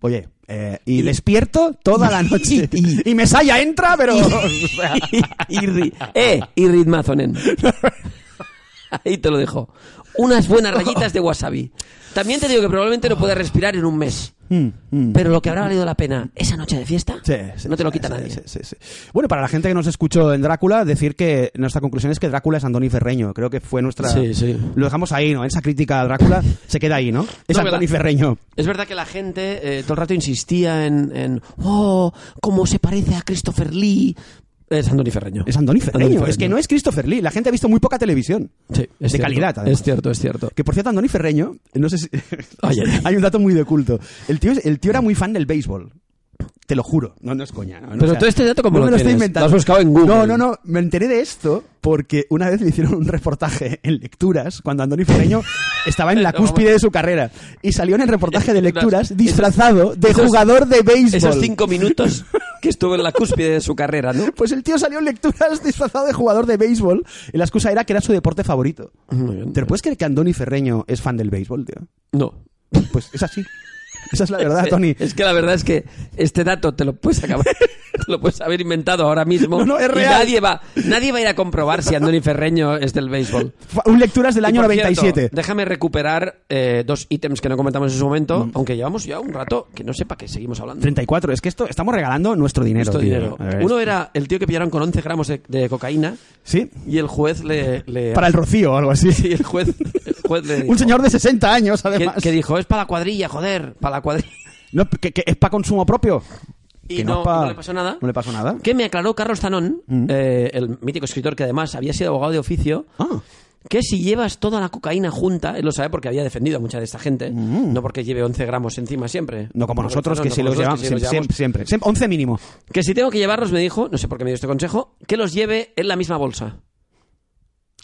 Speaker 2: Oye, eh, y, despierto toda la noche. y, Mesaya entra, pero...
Speaker 3: y, ri- eh, y ritmazonen. Ahí te lo dejo. Unas buenas rayitas de wasabi. También te digo que probablemente no puedas respirar en un mes. Pero lo que habrá valido la pena esa noche de fiesta,
Speaker 2: Mm, Sí, sí,
Speaker 3: no te lo
Speaker 2: sí,
Speaker 3: quita
Speaker 2: sí,
Speaker 3: nadie.
Speaker 2: sí, sí, sí. Bueno, para la gente que nos escuchó en Drácula, decir que nuestra conclusión es que Drácula es Andoni Ferreño. Creo que fue nuestra.
Speaker 3: Sí, sí.
Speaker 2: Lo dejamos ahí, ¿no? Esa crítica a Drácula se queda ahí, ¿no? Es
Speaker 3: No,
Speaker 2: Andoni
Speaker 3: ¿verdad?
Speaker 2: Ferreño.
Speaker 3: Es verdad que la gente eh, todo el rato insistía en, en, oh, cómo se parece a Christopher Lee. Es Andoni Ferreño.
Speaker 2: Es Andoni Ferreño. Es que no es Christopher Lee. La gente ha visto muy poca televisión.
Speaker 3: Sí, es
Speaker 2: de
Speaker 3: cierto.
Speaker 2: calidad, además.
Speaker 3: Es cierto, es cierto.
Speaker 2: Que por cierto, Andoni Ferreño, no sé si.
Speaker 3: Oye.
Speaker 2: Hay un dato muy de culto. El tío, es- el tío era muy fan del béisbol. Te lo juro. No, no es coña. ¿no?
Speaker 3: Pero tú este dato ¿cómo
Speaker 2: no
Speaker 3: lo
Speaker 2: me lo estoy
Speaker 3: tienes?
Speaker 2: inventando.
Speaker 3: Lo has buscado en Google.
Speaker 2: No, no, no. Me enteré de esto porque una vez le hicieron un reportaje en lecturas cuando Andoni Ferreño estaba en la cúspide de su carrera. Y salió en el reportaje de lecturas disfrazado de
Speaker 3: Esos-
Speaker 2: jugador de béisbol.
Speaker 3: Esos cinco minutos que estuvo en la cúspide de su carrera, ¿no?
Speaker 2: Pues el tío salió en lecturas disfrazado de jugador de béisbol y la excusa era que era su deporte favorito.
Speaker 3: Muy bien.
Speaker 2: ¿Te lo puedes creer que Andoni Ferreño es fan del béisbol, tío?
Speaker 3: No,
Speaker 2: Pues es así. Esa es la verdad, Tony.
Speaker 3: Eh, Es que la verdad es que este dato te lo puedes acabar, te lo puedes haber inventado ahora mismo.
Speaker 2: No, no, es
Speaker 3: y
Speaker 2: real.
Speaker 3: nadie va, nadie va a ir a comprobar si Andoni Ferreño es del béisbol.
Speaker 2: Fa- Un lecturas del
Speaker 3: Y
Speaker 2: año
Speaker 3: por cierto,
Speaker 2: 97.
Speaker 3: déjame recuperar eh, dos ítems que no comentamos en su momento,
Speaker 2: Mm.
Speaker 3: aunque llevamos ya un rato que no sepa que seguimos hablando.
Speaker 2: 34. Es que esto estamos regalando nuestro dinero.
Speaker 3: Esto
Speaker 2: tío.
Speaker 3: dinero.
Speaker 2: A ver,
Speaker 3: Uno era el tío que pillaron con 11 gramos de, de cocaína
Speaker 2: Sí.
Speaker 3: y el juez le... le-
Speaker 2: Para el rocío o algo así.
Speaker 3: Sí, el juez, juez le dijo-
Speaker 2: Un señor de 60 años,
Speaker 3: que,
Speaker 2: además.
Speaker 3: que dijo, es para la cuadrilla, joder, para la cuadrilla.
Speaker 2: No, que, que es para consumo propio.
Speaker 3: Y
Speaker 2: Que
Speaker 3: no,
Speaker 2: es pa-
Speaker 3: no le pasó nada.
Speaker 2: No le pasó nada. Mm.
Speaker 3: Que me aclaró Carlos Tanón, eh, el mítico escritor que además había sido abogado de oficio,
Speaker 2: Ah.
Speaker 3: que si llevas toda la cocaína junta, él lo sabe porque había defendido a mucha de esta gente, no porque lleve 11 gramos encima siempre.
Speaker 2: Mm. No como nosotros,
Speaker 3: no,
Speaker 2: que
Speaker 3: no
Speaker 2: si
Speaker 3: como
Speaker 2: los llevamos
Speaker 3: nosotros, que si los
Speaker 2: siempre,
Speaker 3: llevamos.
Speaker 2: siempre, siempre. Siempre- 11 mínimo.
Speaker 3: Que si tengo que llevarlos, me dijo, no sé por qué me dio este consejo, que los lleve en la misma bolsa.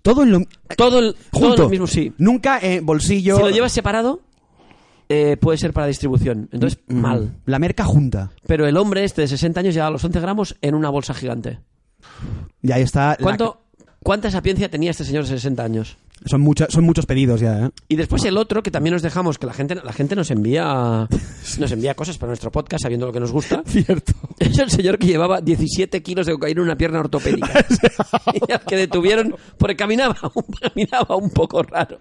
Speaker 2: Todo en lo...
Speaker 3: Todo el, todo
Speaker 2: Junto.
Speaker 3: en el mismo, sí.
Speaker 2: Nunca en bolsillo.
Speaker 3: Si lo llevas separado, eh, puede ser para distribución. Entonces,
Speaker 2: Mm.
Speaker 3: mal.
Speaker 2: La merca junta.
Speaker 3: Pero el hombre este de 60 años llevaba los 11 gramos en una bolsa gigante.
Speaker 2: Y ahí está. la-
Speaker 3: ¿Cuánto, ¿Cuánta sapiencia tenía este señor de 60 años?
Speaker 2: Son, mucha- son muchos pedidos ya, ¿eh?
Speaker 3: Y después el otro, que también nos dejamos, que la gente, la gente nos envía nos envía cosas para nuestro podcast, sabiendo lo que nos gusta.
Speaker 2: Cierto.
Speaker 3: Es el señor que llevaba 17 kilos de cocaína en una pierna ortopédica. y al que detuvieron porque caminaba un, caminaba un poco raro.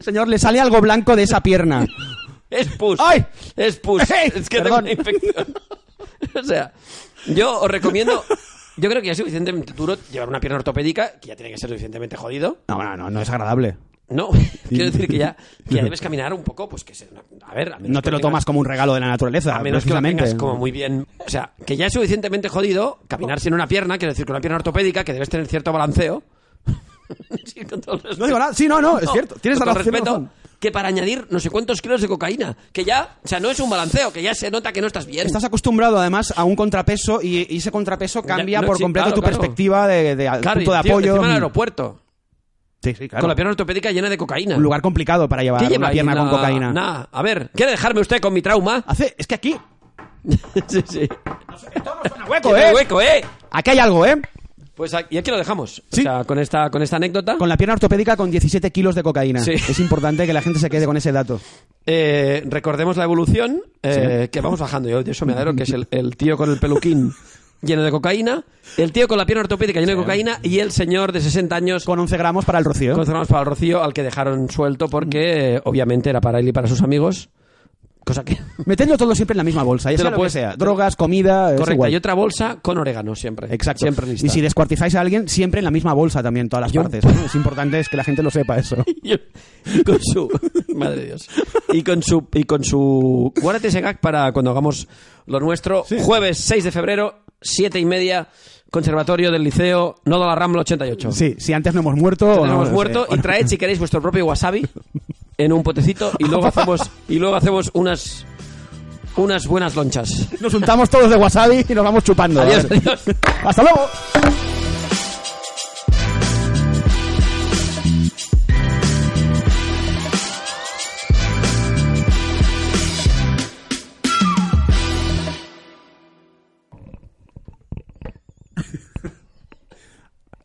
Speaker 2: Señor, le sale algo blanco de esa pierna.
Speaker 3: Es pus.
Speaker 2: ¡Ay!
Speaker 3: Es pus.
Speaker 2: ¡Ey!
Speaker 3: Es que
Speaker 2: Perdón.
Speaker 3: tengo una infección. O sea, yo os recomiendo. Yo creo que ya es suficientemente duro llevar una pierna ortopédica, que ya tiene que ser suficientemente jodido.
Speaker 2: No, no, no, no es agradable.
Speaker 3: No, quiero decir que ya, que ya debes caminar un poco, pues que se, a ver, a menos
Speaker 2: No
Speaker 3: que
Speaker 2: te lo
Speaker 3: tengas-
Speaker 2: tomas como un regalo de la naturaleza,
Speaker 3: a menos que lo
Speaker 2: precisamente.
Speaker 3: tengas como muy bien, o sea, que ya es suficientemente jodido caminar sin una pierna, quiero decir con una pierna ortopédica que debes tener cierto balanceo. Sí, con todo el respeto.
Speaker 2: No digo nada. Sí, no, no, es cierto. Tienes
Speaker 3: con todo
Speaker 2: razón,
Speaker 3: el respeto,
Speaker 2: razón.
Speaker 3: que para añadir no sé cuántos kilos de cocaína, que ya, o sea, no es un balanceo, que ya se nota que no estás bien.
Speaker 2: Estás acostumbrado además a un contrapeso y, y ese contrapeso cambia
Speaker 3: no,
Speaker 2: por
Speaker 3: sí,
Speaker 2: completo
Speaker 3: claro,
Speaker 2: tu
Speaker 3: claro.
Speaker 2: perspectiva de, de- al
Speaker 3: Claro, y,
Speaker 2: punto de
Speaker 3: tío,
Speaker 2: apoyo.
Speaker 3: encima en el aeropuerto,
Speaker 2: Sí, sí, claro.
Speaker 3: con la pierna ortopédica llena de cocaína.
Speaker 2: Un lugar complicado para llevar
Speaker 3: ¿Qué lleva
Speaker 2: una
Speaker 3: ahí
Speaker 2: pierna
Speaker 3: en
Speaker 2: con
Speaker 3: la-
Speaker 2: cocaína.
Speaker 3: Nah, a ver, ¿quiere dejarme usted con mi trauma?
Speaker 2: Hace, es que aquí,
Speaker 3: sí, sí.
Speaker 2: hueco,
Speaker 3: Tiene
Speaker 2: ¿eh?
Speaker 3: hueco, eh.
Speaker 2: Aquí hay algo, ¿eh?
Speaker 3: Pues aquí- y aquí lo dejamos.
Speaker 2: Sí.
Speaker 3: O sea, con esta, con esta anécdota.
Speaker 2: Con la pierna ortopédica con 17 kilos de cocaína.
Speaker 3: Sí.
Speaker 2: Es importante que la gente se quede con ese dato.
Speaker 3: Eh, recordemos la evolución, eh, que vamos bajando. Yo de eso me adoro, que es el, el tío con el peluquín lleno de cocaína, el tío con la pierna ortopédica llena de cocaína y el señor de 60 años con
Speaker 2: Con 11 gramos para el Mm. rocío.
Speaker 3: cerrados para el rocío al que dejaron suelto porque eh, obviamente era para él y para sus amigos. Cosa que...
Speaker 2: Metedlo todo siempre en la misma bolsa. Ya
Speaker 3: Te
Speaker 2: sea lo
Speaker 3: lo puedes-
Speaker 2: que sea. Drogas, comida, es
Speaker 3: Correcto,
Speaker 2: igual.
Speaker 3: y otra bolsa con orégano siempre.
Speaker 2: Exacto.
Speaker 3: Siempre lista.
Speaker 2: Y si descuartizáis a alguien, siempre en la misma bolsa también, todas las
Speaker 3: Yo-
Speaker 2: partes. ¿no? Es importante es que la gente lo sepa eso.
Speaker 3: Y con su madre de Dios y con su y con su guárdate ese gag para cuando hagamos lo nuestro jueves 6 de febrero siete y media conservatorio del liceo Nodo la Rambla 88
Speaker 2: Sí, si antes no hemos muerto... o
Speaker 3: Entonces,
Speaker 2: no,
Speaker 3: hemos
Speaker 2: no sé.
Speaker 3: muerto y traed si queréis vuestro propio wasabi en un potecito y luego hacemos y luego hacemos unas unas buenas lonchas
Speaker 2: Nos juntamos todos de wasabi y nos vamos chupando.
Speaker 3: adiós,
Speaker 2: A ver.
Speaker 3: adiós.
Speaker 2: ¡Hasta luego!